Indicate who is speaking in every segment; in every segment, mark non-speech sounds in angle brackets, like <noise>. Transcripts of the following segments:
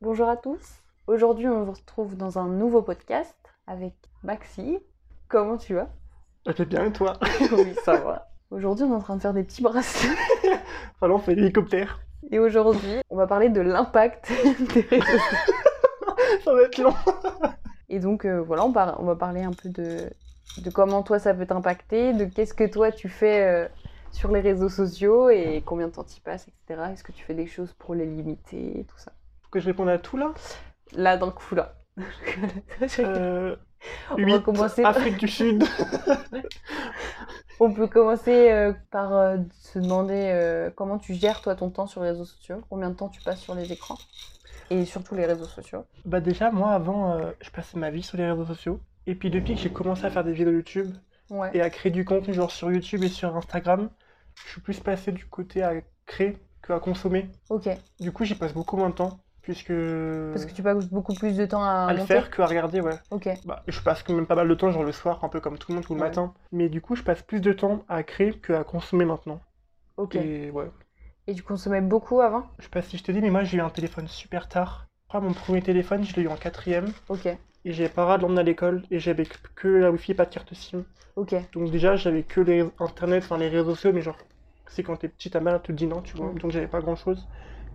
Speaker 1: Bonjour à tous. Aujourd'hui, on vous retrouve dans un nouveau podcast avec Maxi. Comment tu vas
Speaker 2: Ça fait Ah, bien et toi
Speaker 1: <laughs> Oui, ça va. Aujourd'hui, on est en train de faire des petits bracelets.
Speaker 2: Enfin, là, on fait l'hélicoptère.
Speaker 1: Et aujourd'hui, on va parler de l'impact des réseaux sociaux.
Speaker 2: Ça va être long.
Speaker 1: Et donc, euh, voilà, on, par- on va parler un peu de, de comment toi ça peut t'impacter, de qu'est-ce que toi tu fais euh, sur les réseaux sociaux et combien de temps t'y passes, etc. Est-ce que tu fais des choses pour les limiter, tout ça.
Speaker 2: Faut que je réponde à tout là.
Speaker 1: Là, d'un coup, là. <laughs>
Speaker 2: Euh,
Speaker 1: On va
Speaker 2: 8,
Speaker 1: commencer par-
Speaker 2: Afrique
Speaker 1: <laughs>
Speaker 2: du Sud.
Speaker 1: On peut commencer euh, par euh, se demander euh, comment tu gères toi ton temps sur les réseaux sociaux, combien de temps tu passes sur les écrans et surtout les réseaux sociaux.
Speaker 2: Bah déjà, moi, avant, euh, je passais ma vie sur les réseaux sociaux. Et puis depuis que j'ai commencé à faire des vidéos YouTube
Speaker 1: Ouais.
Speaker 2: et à créer du contenu genre sur YouTube et sur Instagram, je suis plus passé du côté à créer que à consommer.
Speaker 1: Ok.
Speaker 2: Du coup, j'y passe beaucoup moins de temps puisque
Speaker 1: Parce que tu passes beaucoup plus de temps à,
Speaker 2: à le
Speaker 1: monter.
Speaker 2: faire que à regarder, ouais.
Speaker 1: Ok.
Speaker 2: Bah, je passe quand même pas mal de temps, genre le soir, un peu comme tout le monde, ou le
Speaker 1: Ouais.
Speaker 2: matin. Mais du coup, je passe plus de temps à créer que à consommer maintenant.
Speaker 1: Ok. Et...
Speaker 2: Et ouais.
Speaker 1: tu consommais beaucoup avant.
Speaker 2: Je sais pas si je te dis, mais moi j'ai eu un téléphone super tard. Après, mon premier téléphone, je l'ai eu en quatrième.
Speaker 1: Ok.
Speaker 2: Et j'avais pas le droit de l'emmener à l'école. Et j'avais que- que la wifi et pas de carte SIM.
Speaker 1: Ok.
Speaker 2: Donc déjà, j'avais que les internet, enfin les réseaux sociaux, mais genre, c'est quand t'es petit, ta mère elle te dit non, tu vois.
Speaker 1: Mm.
Speaker 2: Donc j'avais pas grand chose.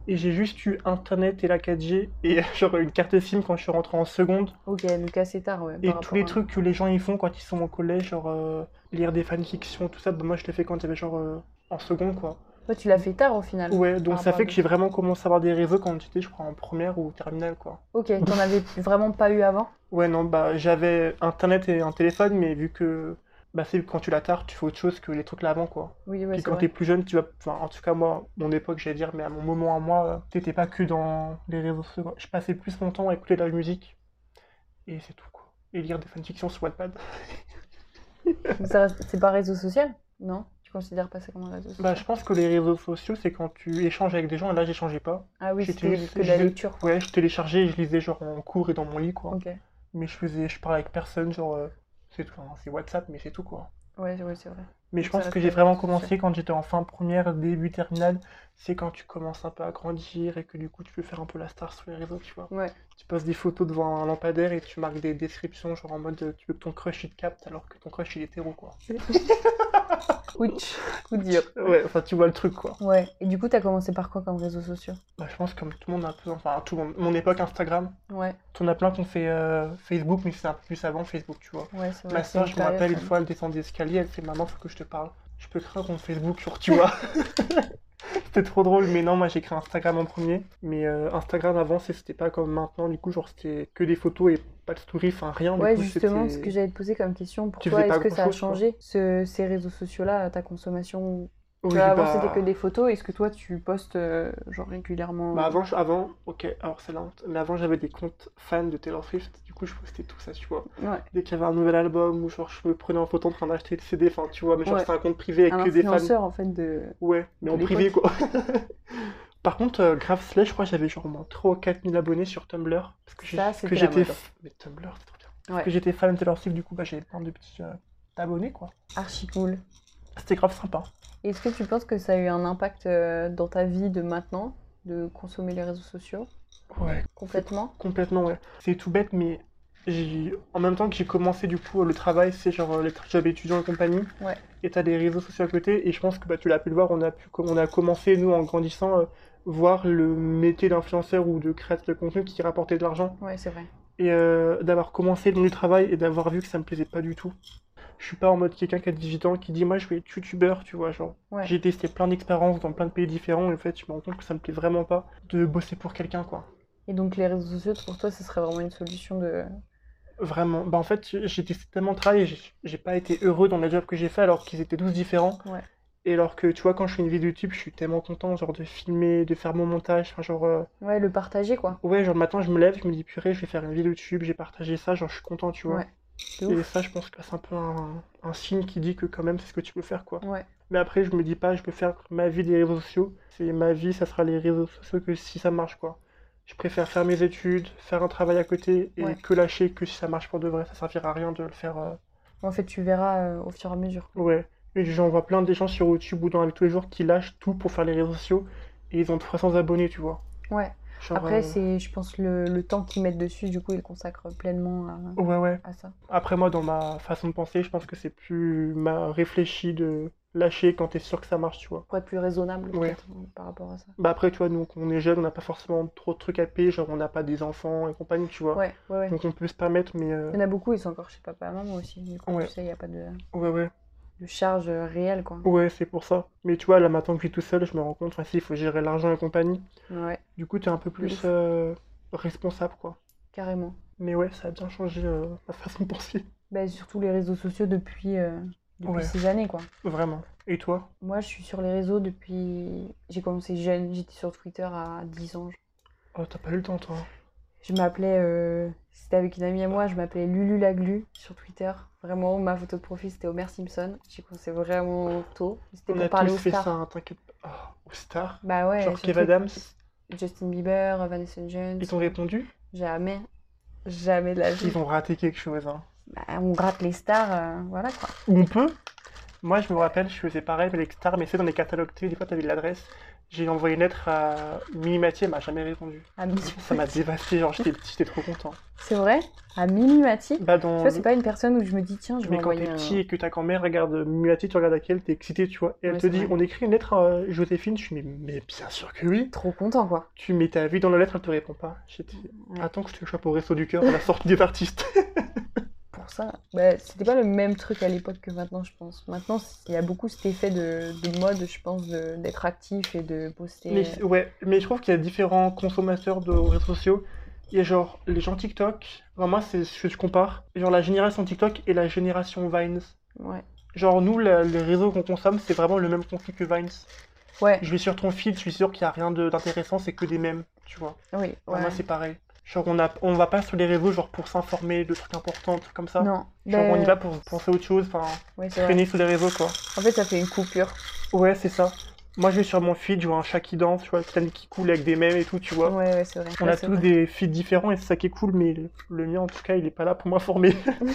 Speaker 2: Et j'ai juste eu internet et la 4G et <laughs> genre une carte SIM quand je suis rentré en seconde.
Speaker 1: Ok. Donc assez tard, ouais.
Speaker 2: Et
Speaker 1: par
Speaker 2: tous les
Speaker 1: rapport
Speaker 2: trucs que les gens ils font quand ils sont au collège, genre euh, lire des fanfictions, tout ça, bah, moi je l'ai fait quand j'avais genre euh, en seconde quoi.
Speaker 1: à- Ouais, tu l'as fait tard au final.
Speaker 2: Ouais, donc
Speaker 1: Par
Speaker 2: ça
Speaker 1: rapport à
Speaker 2: fait que
Speaker 1: d'autres.
Speaker 2: j'ai vraiment commencé à avoir des réseaux quand j'étais, je crois, en première ou terminale, quoi.
Speaker 1: Ok. T'en avais vraiment pas eu avant.
Speaker 2: Ouais, non, bah j'avais internet et un téléphone, mais vu que bah, c'est quand tu l'as tard, tu fais autre chose que les trucs là avant, quoi.
Speaker 1: Oui, ouais.
Speaker 2: Puis
Speaker 1: c'est
Speaker 2: quand
Speaker 1: vrai.
Speaker 2: t'es plus jeune, tu vas. Enfin, en tout cas, moi, mon époque, j'allais dire, mais à mon moment à moi, euh, t'étais pas que dans les réseaux sociaux. quoi. Je passais plus mon temps à écouter de la musique, et c'est tout, quoi. Et lire des fanfictions sur Wattpad.
Speaker 1: Donc ça reste- C'est pas réseau social, non Tu considères pas ça comme un réseau social
Speaker 2: Bah, je pense que les réseaux sociaux, c'est quand tu échanges avec des gens, et là, j'échangeais pas.
Speaker 1: Ah oui,
Speaker 2: j'étais-
Speaker 1: c'était juste que de la
Speaker 2: je-
Speaker 1: lecture. quoi.
Speaker 2: Ouais, je téléchargeais et je lisais, genre, en cours et dans mon lit, quoi.
Speaker 1: Ok.
Speaker 2: mais je faisais je parlais avec personne genre euh, c'est tout hein, c'est WhatsApp mais c'est tout quoi
Speaker 1: Ouais, ouais, c'est vrai.
Speaker 2: mais je
Speaker 1: Donc ça
Speaker 2: pense
Speaker 1: reste
Speaker 2: que j'ai
Speaker 1: pas vraiment
Speaker 2: vraiment
Speaker 1: social.
Speaker 2: commencé quand j'étais en fin première début terminale c'est quand tu commences un peu à grandir et que du coup tu peux faire un peu la star sur les réseaux tu vois
Speaker 1: Ouais.
Speaker 2: tu poses des photos devant un lampadaire et tu marques des descriptions genre en mode euh, tu veux que ton crush il te capte alors que ton crush il est hétéro quoi
Speaker 1: Ouch, coup dur.
Speaker 2: <laughs> ouais enfin tu vois le truc quoi
Speaker 1: Ouais, et du coup, t'as commencé par quoi comme réseaux sociaux
Speaker 2: bah, je pense comme tout le monde un peu enfin tout le monde mon époque Instagram
Speaker 1: Ouais,
Speaker 2: t'en as plein qu'on fait euh, Facebook mais c'est un peu plus avant Facebook tu vois
Speaker 1: ouais, c'est vrai.
Speaker 2: Ma
Speaker 1: c'est
Speaker 2: soeur,
Speaker 1: une
Speaker 2: je me rappelle,
Speaker 1: période,
Speaker 2: une fois, elle descend des escaliers, elle fait Maman, faut que je te parle. Je peux créer un compte Facebook, genre, tu vois. <laughs> c'était trop drôle, mais non, moi j'ai créé Instagram en premier. Mais euh, Instagram avant, c'est- c'était pas comme maintenant, du coup, genre, c'était que des photos et pas de story, enfin rien.
Speaker 1: ça.
Speaker 2: du
Speaker 1: Ouais,
Speaker 2: coup,
Speaker 1: justement,
Speaker 2: c'était-
Speaker 1: ce que j'allais te poser comme question, pour
Speaker 2: Tu
Speaker 1: toi,
Speaker 2: faisais pas
Speaker 1: est-ce que ça a
Speaker 2: grand-chose, quoi.
Speaker 1: changé, ce- ces réseaux sociaux-là, ta consommation
Speaker 2: Oui,
Speaker 1: Tu vois, avant,
Speaker 2: bah,
Speaker 1: c'était que des photos, est-ce que toi, tu postes, euh, genre, régulièrement
Speaker 2: bah, avant, je- avant, ok, alors c'est lent, mais avant j'avais des comptes fans de Taylor Swift, du coup je postais tout ça, tu vois.
Speaker 1: Ouais,
Speaker 2: Dès qu'il y avait un nouvel album, ou genre je me prenais en photo en train d'acheter le CD, enfin tu vois, mais genre
Speaker 1: Ouais.
Speaker 2: c'était un compte privé
Speaker 1: un
Speaker 2: avec que des fans.
Speaker 1: influenceur, en fait, de...
Speaker 2: Ouais, mais
Speaker 1: De
Speaker 2: en privé quoi. <laughs> Par contre, euh, grave Slash, je crois que j'avais genre au moins 3 ou 4 000 abonnés sur Tumblr. Parce que j'ai-
Speaker 1: Ça,
Speaker 2: que
Speaker 1: c'était la
Speaker 2: j'étais.
Speaker 1: mode.
Speaker 2: f- Mais Tumblr, c'est trop bien. Parce
Speaker 1: Ouais.
Speaker 2: que j'étais fan de Taylor Swift, du coup, bah, j'avais plein de petits euh, abonnés quoi.
Speaker 1: Archi cool.
Speaker 2: C'était grave sympa.
Speaker 1: Est-ce que tu penses que ça a eu un impact euh, dans ta vie de maintenant, de consommer les réseaux sociaux,
Speaker 2: Ouais,
Speaker 1: complètement
Speaker 2: complètement, ouais. C'est tout bête, mais j'ai- en même temps que j'ai commencé du coup le travail, c'est genre euh, les tra- jobs étudiants et compagnie.
Speaker 1: Ouais.
Speaker 2: Et t'as des réseaux sociaux à côté, et je pense que bah, tu l'as pu le voir, on a, pu, on a commencé, nous, en grandissant, euh, voir le métier d'influenceur ou de créateur de contenu qui rapportait de l'argent.
Speaker 1: Ouais, c'est vrai.
Speaker 2: et euh, d'avoir commencé le monde du travail et d'avoir vu que ça me plaisait pas du tout. Je suis pas en mode quelqu'un qui a 18 ans qui dit moi je vais être youtubeur, tu vois, genre.
Speaker 1: Ouais.
Speaker 2: J'ai testé plein d'expériences dans plein de pays différents et en fait je me rends compte que ça me plaît vraiment pas de bosser pour quelqu'un quoi.
Speaker 1: Et donc, les réseaux sociaux, pour toi, ce serait vraiment une solution de...
Speaker 2: Vraiment. Bah en fait j'ai testé tellement de travail et j'ai- j'ai pas été heureux dans les jobs que j'ai fait alors qu'ils étaient tous différents.
Speaker 1: Ouais.
Speaker 2: Et alors que tu vois quand je fais une vidéo YouTube je suis tellement content genre de filmer, de faire mon montage, enfin genre euh,
Speaker 1: Ouais, le partager, quoi.
Speaker 2: ouais genre le matin je me lève, je me dis purée je vais faire une vidéo YouTube, j'ai partagé ça, genre je suis content tu vois.
Speaker 1: Ouais. De ouf.
Speaker 2: Et ça, je pense que c'est un peu un, un signe qui dit que quand même, c'est ce que tu peux faire, quoi.
Speaker 1: Ouais.
Speaker 2: Mais après, je me dis pas, je peux faire ma vie des réseaux sociaux. C'est ma vie, ça sera les réseaux sociaux que si ça marche, quoi. Je préfère faire mes études, faire un travail à côté et
Speaker 1: Ouais.
Speaker 2: que lâcher que si ça marche pour de vrai. Ça servira à rien de le faire. euh,
Speaker 1: En fait, tu verras euh, au fur et à mesure.
Speaker 2: Ouais. Et j'en vois plein des gens sur YouTube ou dans la vie de tous les jours qui lâchent tout pour faire les réseaux sociaux et ils ont 300 abonnés, tu vois.
Speaker 1: Ouais.
Speaker 2: Genre,
Speaker 1: Après,
Speaker 2: euh,
Speaker 1: c'est, je pense, le, le temps qu'ils mettent dessus, du coup, ils consacrent pleinement à,
Speaker 2: Ouais, ouais.
Speaker 1: à ça.
Speaker 2: Après, moi, dans ma façon de penser, je pense que c'est plus ma réfléchi de lâcher quand t'es sûr que ça marche, tu vois.
Speaker 1: Pour être plus raisonnable,
Speaker 2: Ouais.
Speaker 1: peut-être, hein, par rapport à ça.
Speaker 2: Bah après, tu vois, nous, on est jeunes, on n'a pas forcément trop de trucs à payer, genre on n'a pas des enfants et compagnie, tu vois.
Speaker 1: Ouais, ouais, ouais.
Speaker 2: Donc on peut se permettre, mais... euh,
Speaker 1: Il y en a beaucoup, ils sont encore chez papa et maman aussi. Du coup,
Speaker 2: Ouais.
Speaker 1: tu sais, il n'y a pas de,
Speaker 2: Ouais, ouais.
Speaker 1: de charge euh, réelle, quoi.
Speaker 2: Ouais, c'est pour ça. Mais tu vois, là, maintenant que je suis tout seul, je me rends compte, enfin, si, il faut gérer l'argent et compagnie.
Speaker 1: Ouais,
Speaker 2: Du coup, t'es un peu plus
Speaker 1: ouf.
Speaker 2: euh, responsable, quoi.
Speaker 1: carrément.
Speaker 2: Mais ouais, ça a bien changé euh, ma façon de penser.
Speaker 1: Bah, surtout les réseaux sociaux depuis, euh, depuis
Speaker 2: Ouais.
Speaker 1: ces années, quoi.
Speaker 2: Vraiment. Et toi?
Speaker 1: Moi, je suis sur les réseaux depuis. J'ai commencé jeune, j'étais sur Twitter à 10 ans. je-
Speaker 2: Oh, t'as pas eu le temps, toi.
Speaker 1: Je m'appelais. euh, C'était avec une amie à moi, je m'appelais Lulu Laglu sur Twitter. Vraiment, ma photo de profil, c'était Homer Simpson. J'ai commencé vraiment tôt. C'était
Speaker 2: On a
Speaker 1: pour parler
Speaker 2: tous
Speaker 1: aux
Speaker 2: fait
Speaker 1: stars.
Speaker 2: ça, hein, t'inquiète pas. Oh, aux stars?
Speaker 1: Bah ouais,
Speaker 2: Genre
Speaker 1: surtout
Speaker 2: Kev Adams,
Speaker 1: Justin Bieber, Vanessa Jones.
Speaker 2: ils t'ont répondu?
Speaker 1: Jamais. Jamais de la vie.
Speaker 2: Ils ont raté quelque chose, hein.
Speaker 1: Bah, on gratte les stars, euh, voilà quoi.
Speaker 2: Ou On peut? Moi, je me rappelle, je faisais pareil avec les stars, mais c'est dans les catalogues télé, des fois, t'avais de l'adresse. J'ai envoyé une lettre à Mimi Mathieu, elle m'a jamais répondu.
Speaker 1: À Mimi-
Speaker 2: Ça
Speaker 1: <laughs>
Speaker 2: m'a dévasté, genre, j'étais petit, j'étais trop content.
Speaker 1: C'est vrai À Mimi Mati
Speaker 2: Bah,
Speaker 1: Tu
Speaker 2: dans...
Speaker 1: vois, c'est pas une personne où je me dis, tiens, je vais
Speaker 2: Mais quand
Speaker 1: envoyer
Speaker 2: t'es
Speaker 1: un-
Speaker 2: petit et que ta grand-mère regarde Mulati, tu regardes à laquelle, t'es excité, tu vois. Et elle
Speaker 1: Ouais,
Speaker 2: te
Speaker 1: c'est
Speaker 2: dit,
Speaker 1: vrai.
Speaker 2: on écrit une lettre à Joséphine. Je suis, mais, mais bien sûr que oui.
Speaker 1: Trop content quoi.
Speaker 2: Tu mets ta vie dans la lettre, elle te répond pas. J'étais,
Speaker 1: Ouais.
Speaker 2: attends que je te chope au resto du cœur à la sortie des artistes.
Speaker 1: Pour ça, bah, c'était pas le même truc à l'époque que maintenant, je pense. Maintenant, c- il y a beaucoup cet effet de, de mode, je pense, de- d'être actif et de poster.
Speaker 2: Mais, c'est- ouais, mais je trouve qu'il y a différents consommateurs de réseaux sociaux. Il y a genre les gens TikTok. Enfin, moi, c'est ce que je compare. Genre la génération TikTok et la génération Vines.
Speaker 1: Ouais.
Speaker 2: Genre nous, la- les réseaux qu'on consomme, c'est vraiment le même contenu que Vines.
Speaker 1: Ouais,
Speaker 2: Je vais sur ton feed, je suis sûr qu'il y a rien de- d'intéressant, c'est que des mêmes, tu vois.
Speaker 1: oui.
Speaker 2: Bah,
Speaker 1: ouais.
Speaker 2: Moi, c'est pareil. Genre, on, a, on va pas sur les réseaux genre pour s'informer de trucs importants, trucs comme ça.
Speaker 1: Non.
Speaker 2: Genre, on y
Speaker 1: bah,
Speaker 2: va pour penser à autre chose, enfin,
Speaker 1: ouais, c'est vrai.
Speaker 2: traîner sur les réseaux, quoi.
Speaker 1: En fait, ça fait une coupure.
Speaker 2: Ouais, c'est ça. Moi, je vais sur mon feed, je vois un chat qui danse, tu vois, Titanic qui coule avec des mèmes et tout, tu vois.
Speaker 1: Ouais, ouais, c'est vrai.
Speaker 2: On
Speaker 1: Ouais,
Speaker 2: a
Speaker 1: c'est
Speaker 2: tous
Speaker 1: vrai.
Speaker 2: des feeds différents et c'est ça qui est cool, mais le, le mien, en tout cas, il est pas là pour m'informer. <laughs>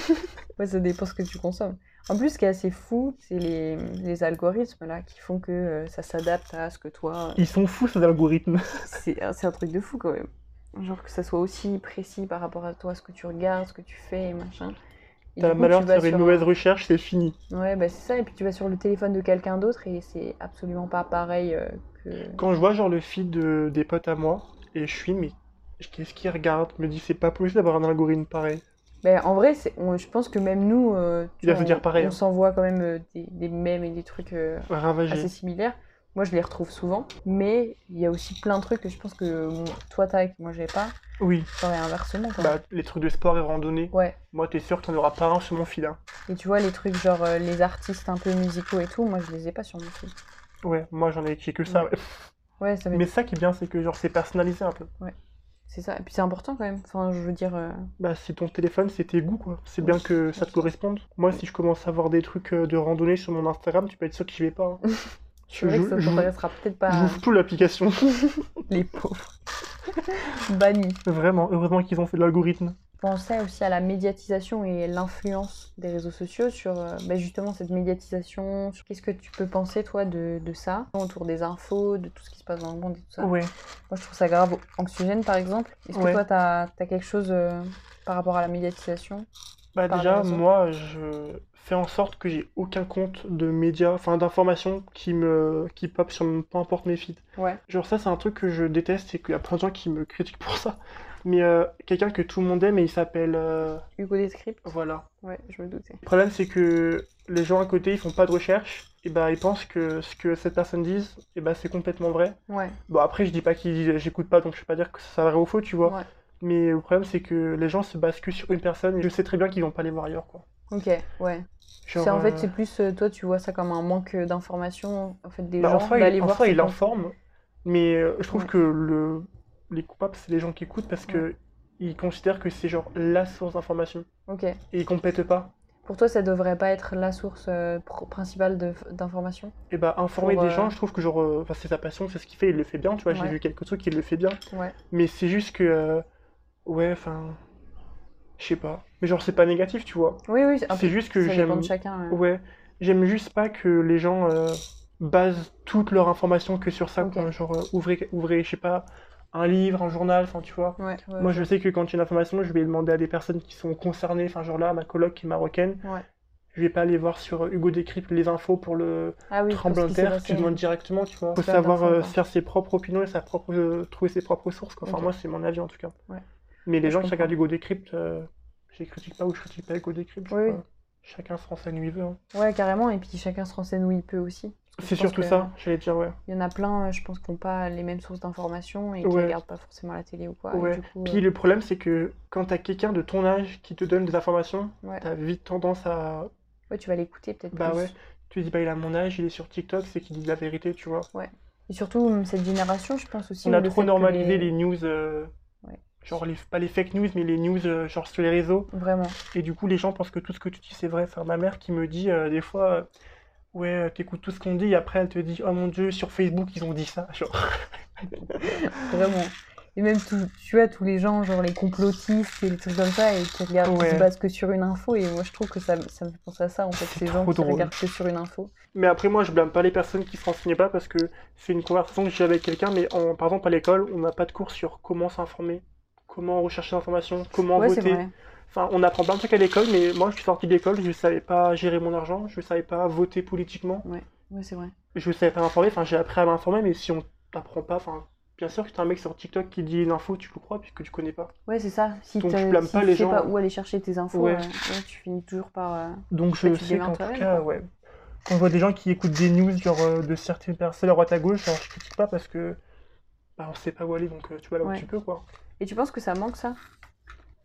Speaker 1: Ouais, ça dépend ce que tu consommes. En plus, ce qui est assez fou, c'est les, les algorithmes là qui font que euh, ça s'adapte à ce que
Speaker 2: <laughs>
Speaker 1: toi. euh,
Speaker 2: Ils sont fous, ces algorithmes.
Speaker 1: c'est c'est un truc de fou quand même. Genre que ça soit aussi précis par rapport à toi, ce que tu regardes, ce que tu fais et machin. Et du
Speaker 2: T'as le
Speaker 1: coup,
Speaker 2: malheur
Speaker 1: tu
Speaker 2: de
Speaker 1: vas
Speaker 2: faire une
Speaker 1: sur-
Speaker 2: mauvaise recherche, c'est fini.
Speaker 1: Ouais, bah c'est ça. Et puis tu vas sur le téléphone de quelqu'un d'autre et c'est absolument pas pareil euh, que.
Speaker 2: Quand je vois, genre, le feed de- des potes à moi, et je suis, mais qu'est-ce qu'ils regardent Je me dis, c'est pas possible d'avoir un algorithme pareil.
Speaker 1: Ben, en vrai, c'est- on- je pense que même nous, euh, tu
Speaker 2: Il va
Speaker 1: vois,
Speaker 2: se dire
Speaker 1: on-
Speaker 2: pareil,
Speaker 1: on
Speaker 2: hein.
Speaker 1: s'envoie quand même euh, des, des mèmes et des trucs euh,
Speaker 2: Ravagé.
Speaker 1: assez similaires. Moi, je les retrouve souvent, mais il y a aussi plein de trucs que je pense que bon, toi, t'as et que moi, j'ai pas.
Speaker 2: Oui.
Speaker 1: Enfin, et inversement, quoi.
Speaker 2: Bah, les trucs de sport et randonnée,
Speaker 1: Ouais.
Speaker 2: moi t'es sûr que t'en auras pas un sur mon fil. hein.
Speaker 1: Et tu vois, les trucs genre euh, les artistes un peu musicaux et tout, moi, je les ai pas sur mon fil.
Speaker 2: Ouais, moi j'en ai j'ai que ça.
Speaker 1: Ouais.
Speaker 2: ouais.
Speaker 1: Ouais, ça m'étonne.
Speaker 2: Mais ça qui est bien, c'est que genre c'est personnalisé un peu.
Speaker 1: C'est ça. Et puis c'est important quand même. Enfin, je veux dire. euh,
Speaker 2: Bah, c'est ton téléphone, c'est tes goûts quoi. C'est
Speaker 1: Oui,
Speaker 2: bien que ça te
Speaker 1: oui.
Speaker 2: corresponde. Moi, si je commence à voir des trucs euh, de randonnée sur mon Instagram, tu peux être sûr que j'y vais pas. hein.
Speaker 1: C'est vrai
Speaker 2: Je-
Speaker 1: que ça
Speaker 2: je-
Speaker 1: t'intéressera peut-être pas
Speaker 2: J'ouvre tout l'application. <laughs>
Speaker 1: les pauvres. Banni.
Speaker 2: Vraiment, heureusement qu'ils ont fait de l'algorithme.
Speaker 1: pensais aussi à la médiatisation et l'influence des réseaux sociaux sur euh, bah, justement cette médiatisation. sur Qu'est-ce que tu peux penser, toi, de, de ça Autour des infos, de tout ce qui se passe dans le monde et tout ça.
Speaker 2: Ouais.
Speaker 1: Moi, je trouve ça grave anxiogène, par exemple. Est-ce que
Speaker 2: Ouais.
Speaker 1: toi, t'as as quelque chose euh, par rapport à la médiatisation
Speaker 2: Bah
Speaker 1: Par
Speaker 2: déjà,
Speaker 1: les réseaux.
Speaker 2: moi, je fais en sorte que j'ai aucun compte de médias, enfin d'informations qui me qui pop sur mon- peu importe mes feeds.
Speaker 1: Ouais.
Speaker 2: Genre ça, c'est un truc que je déteste et qu'il y a plein de gens qui me critiquent pour ça. Mais euh, quelqu'un que tout le monde aime et il s'appelle... euh,
Speaker 1: Hugo Descript
Speaker 2: voilà.
Speaker 1: Ouais, je me doutais.
Speaker 2: Le problème, c'est que les gens à côté, ils font pas de recherche. Et bah, ils pensent que ce que cette personne dise, et bah, c'est complètement vrai.
Speaker 1: Ouais,
Speaker 2: Bon, après, je dis pas qu'ils j'écoute pas, donc je peux pas dire que c'est vrai ou faux, tu vois.
Speaker 1: Ouais.
Speaker 2: Mais le problème, c'est que les gens se basculent sur une personne et je sais très bien qu'ils vont pas les voir ailleurs, quoi.
Speaker 1: ok, ouais.
Speaker 2: Genre,
Speaker 1: C'est- en fait,
Speaker 2: euh,
Speaker 1: c'est plus, euh, toi, tu vois ça comme un manque d'information, en fait, des
Speaker 2: bah, en
Speaker 1: gens,
Speaker 2: soi,
Speaker 1: d'aller
Speaker 2: il, en
Speaker 1: voir.
Speaker 2: soi,
Speaker 1: ce
Speaker 2: il
Speaker 1: qu'on-
Speaker 2: informe, mais euh, je trouve
Speaker 1: Ouais.
Speaker 2: que le, les coupables, c'est les gens qui écoutent parce que ils considèrent que c'est genre la source d'information
Speaker 1: Ok.
Speaker 2: et ils complètent pas.
Speaker 1: Pour toi, ça devrait pas être la source euh, pro- principale de- d'information
Speaker 2: Et bah, informer
Speaker 1: Pour,
Speaker 2: des
Speaker 1: euh,
Speaker 2: gens, je trouve que genre, euh, enfin, c'est sa passion, c'est ce qu'il fait, il le fait bien, tu vois. J'ai
Speaker 1: Ouais.
Speaker 2: vu quelques trucs, il le fait bien,
Speaker 1: Ouais.
Speaker 2: mais c'est juste que, euh, ouais, enfin, je sais pas, mais genre, c'est pas négatif, tu vois.
Speaker 1: Oui, oui, un peu
Speaker 2: C'est juste que
Speaker 1: ça dépend
Speaker 2: j'aime,
Speaker 1: de chacun. euh.
Speaker 2: ouais, j'aime juste pas que les gens euh, basent toute leur information que sur ça,
Speaker 1: Ok.
Speaker 2: quoi. Genre, euh, ouvrez, ouvrez, je sais pas, un livre, un journal, enfin, tu vois.
Speaker 1: Ouais, ouais,
Speaker 2: Moi, je sais que quand j'ai une information, je vais demander à des personnes qui sont concernées. Enfin, genre là, ma coloc qui est marocaine,
Speaker 1: Ouais.
Speaker 2: je vais pas aller voir sur euh, Hugo Décrypte les infos pour le
Speaker 1: Ah oui,
Speaker 2: tremblement
Speaker 1: pour ce qui
Speaker 2: de
Speaker 1: s'est
Speaker 2: terre.
Speaker 1: passé.
Speaker 2: Tu demandes directement, tu vois. Faut
Speaker 1: Super
Speaker 2: savoir
Speaker 1: intéressant,
Speaker 2: euh,
Speaker 1: quoi.
Speaker 2: faire ses propres opinions et sa propre, euh, trouver ses propres sources. Quoi. Enfin,
Speaker 1: Ok.
Speaker 2: moi, c'est mon avis en tout cas.
Speaker 1: Ouais.
Speaker 2: Mais les
Speaker 1: Je
Speaker 2: gens qui
Speaker 1: comprends.
Speaker 2: regardent Hugo Décrypte, euh, je les critique pas ou je critique pas Hugo Décrypte. je
Speaker 1: Oui,
Speaker 2: crois. Chacun se renseigne où il veut. hein.
Speaker 1: Ouais, carrément. Et puis chacun se renseigne où il peut aussi. Parce que
Speaker 2: C'est
Speaker 1: je pense
Speaker 2: surtout
Speaker 1: que
Speaker 2: ça, j'allais dire, ouais.
Speaker 1: Il y en a plein, euh, je pense, qui n'ont pas les mêmes sources d'informations et qui ne
Speaker 2: Ouais.
Speaker 1: regardent pas forcément la télé ou quoi. et
Speaker 2: Ouais.
Speaker 1: du coup,
Speaker 2: Puis
Speaker 1: euh,
Speaker 2: le problème, c'est que quand t'as quelqu'un de ton âge qui te donne des informations,
Speaker 1: Ouais.
Speaker 2: t'as vite tendance à.
Speaker 1: euh, ouais, tu vas l'écouter peut-être
Speaker 2: Bah
Speaker 1: plus.
Speaker 2: ouais, tu dis, bah il a mon âge, il est sur TikTok, c'est qu'il dit la vérité, tu vois.
Speaker 1: Et surtout, hum, cette génération, je pense aussi.
Speaker 2: On a
Speaker 1: le fait
Speaker 2: trop
Speaker 1: que
Speaker 2: normalisé les, news. euh,
Speaker 1: Ouais.
Speaker 2: Genre, les... pas les fake news, mais les news, euh, genre sur les réseaux.
Speaker 1: Vraiment.
Speaker 2: Et du coup, les gens pensent que tout ce que tu dis, c'est vrai. Enfin, ma mère qui me dit euh, des fois, euh, ouais, euh, t'écoutes tout ce qu'on dit, et après, elle te dit, oh mon dieu, sur Facebook, ils ont dit ça. Genre,
Speaker 1: Vraiment. Et même, tout- tu vois, tous les gens, genre les complotistes et les trucs comme ça, et qui regardent, qui
Speaker 2: Ouais.
Speaker 1: se basent que sur une info. Et moi, je trouve que ça, ça me fait penser à ça, en fait,
Speaker 2: C'est
Speaker 1: ces gens
Speaker 2: trop
Speaker 1: qui
Speaker 2: drôle.
Speaker 1: regardent que sur une info.
Speaker 2: Mais après, moi, je blâme pas les personnes qui se renseignaient pas parce que c'est une conversation que j'ai avec quelqu'un, mais en, par exemple, à l'école, on n'a pas de cours sur comment s'informer, comment rechercher l'information, comment
Speaker 1: ouais, c'est
Speaker 2: voter.
Speaker 1: vrai.
Speaker 2: Enfin, on apprend plein de trucs à l'école, mais moi, je suis sorti de l'école, je savais pas gérer mon argent, je savais pas voter politiquement,
Speaker 1: Ouais, c'est vrai.
Speaker 2: je savais pas m'informer. Enfin, j'ai appris à m'informer, mais si on t'apprend pas, enfin, bien sûr que t'as un mec sur TikTok qui dit une info, tu le crois puisque tu connais pas.
Speaker 1: Ouais, c'est ça. Si,
Speaker 2: Donc,
Speaker 1: t'as-
Speaker 2: je blâme
Speaker 1: si
Speaker 2: pas
Speaker 1: tu
Speaker 2: les
Speaker 1: sais
Speaker 2: gens.
Speaker 1: pas où aller chercher tes infos,
Speaker 2: Ouais.
Speaker 1: euh, ouais, tu finis toujours par. euh,
Speaker 2: Donc
Speaker 1: Bah,
Speaker 2: je
Speaker 1: tu te
Speaker 2: sais
Speaker 1: démerdes
Speaker 2: qu'en tout
Speaker 1: toi-même,
Speaker 2: cas, ouais. Quand je vois des gens qui écoutent des news genre, euh, de certaines personnes à droite à gauche, alors je critique pas parce que bah, on sait pas où aller, donc euh, tu vas là où
Speaker 1: Ouais.
Speaker 2: tu peux, quoi.
Speaker 1: Et tu penses que ça manque, ça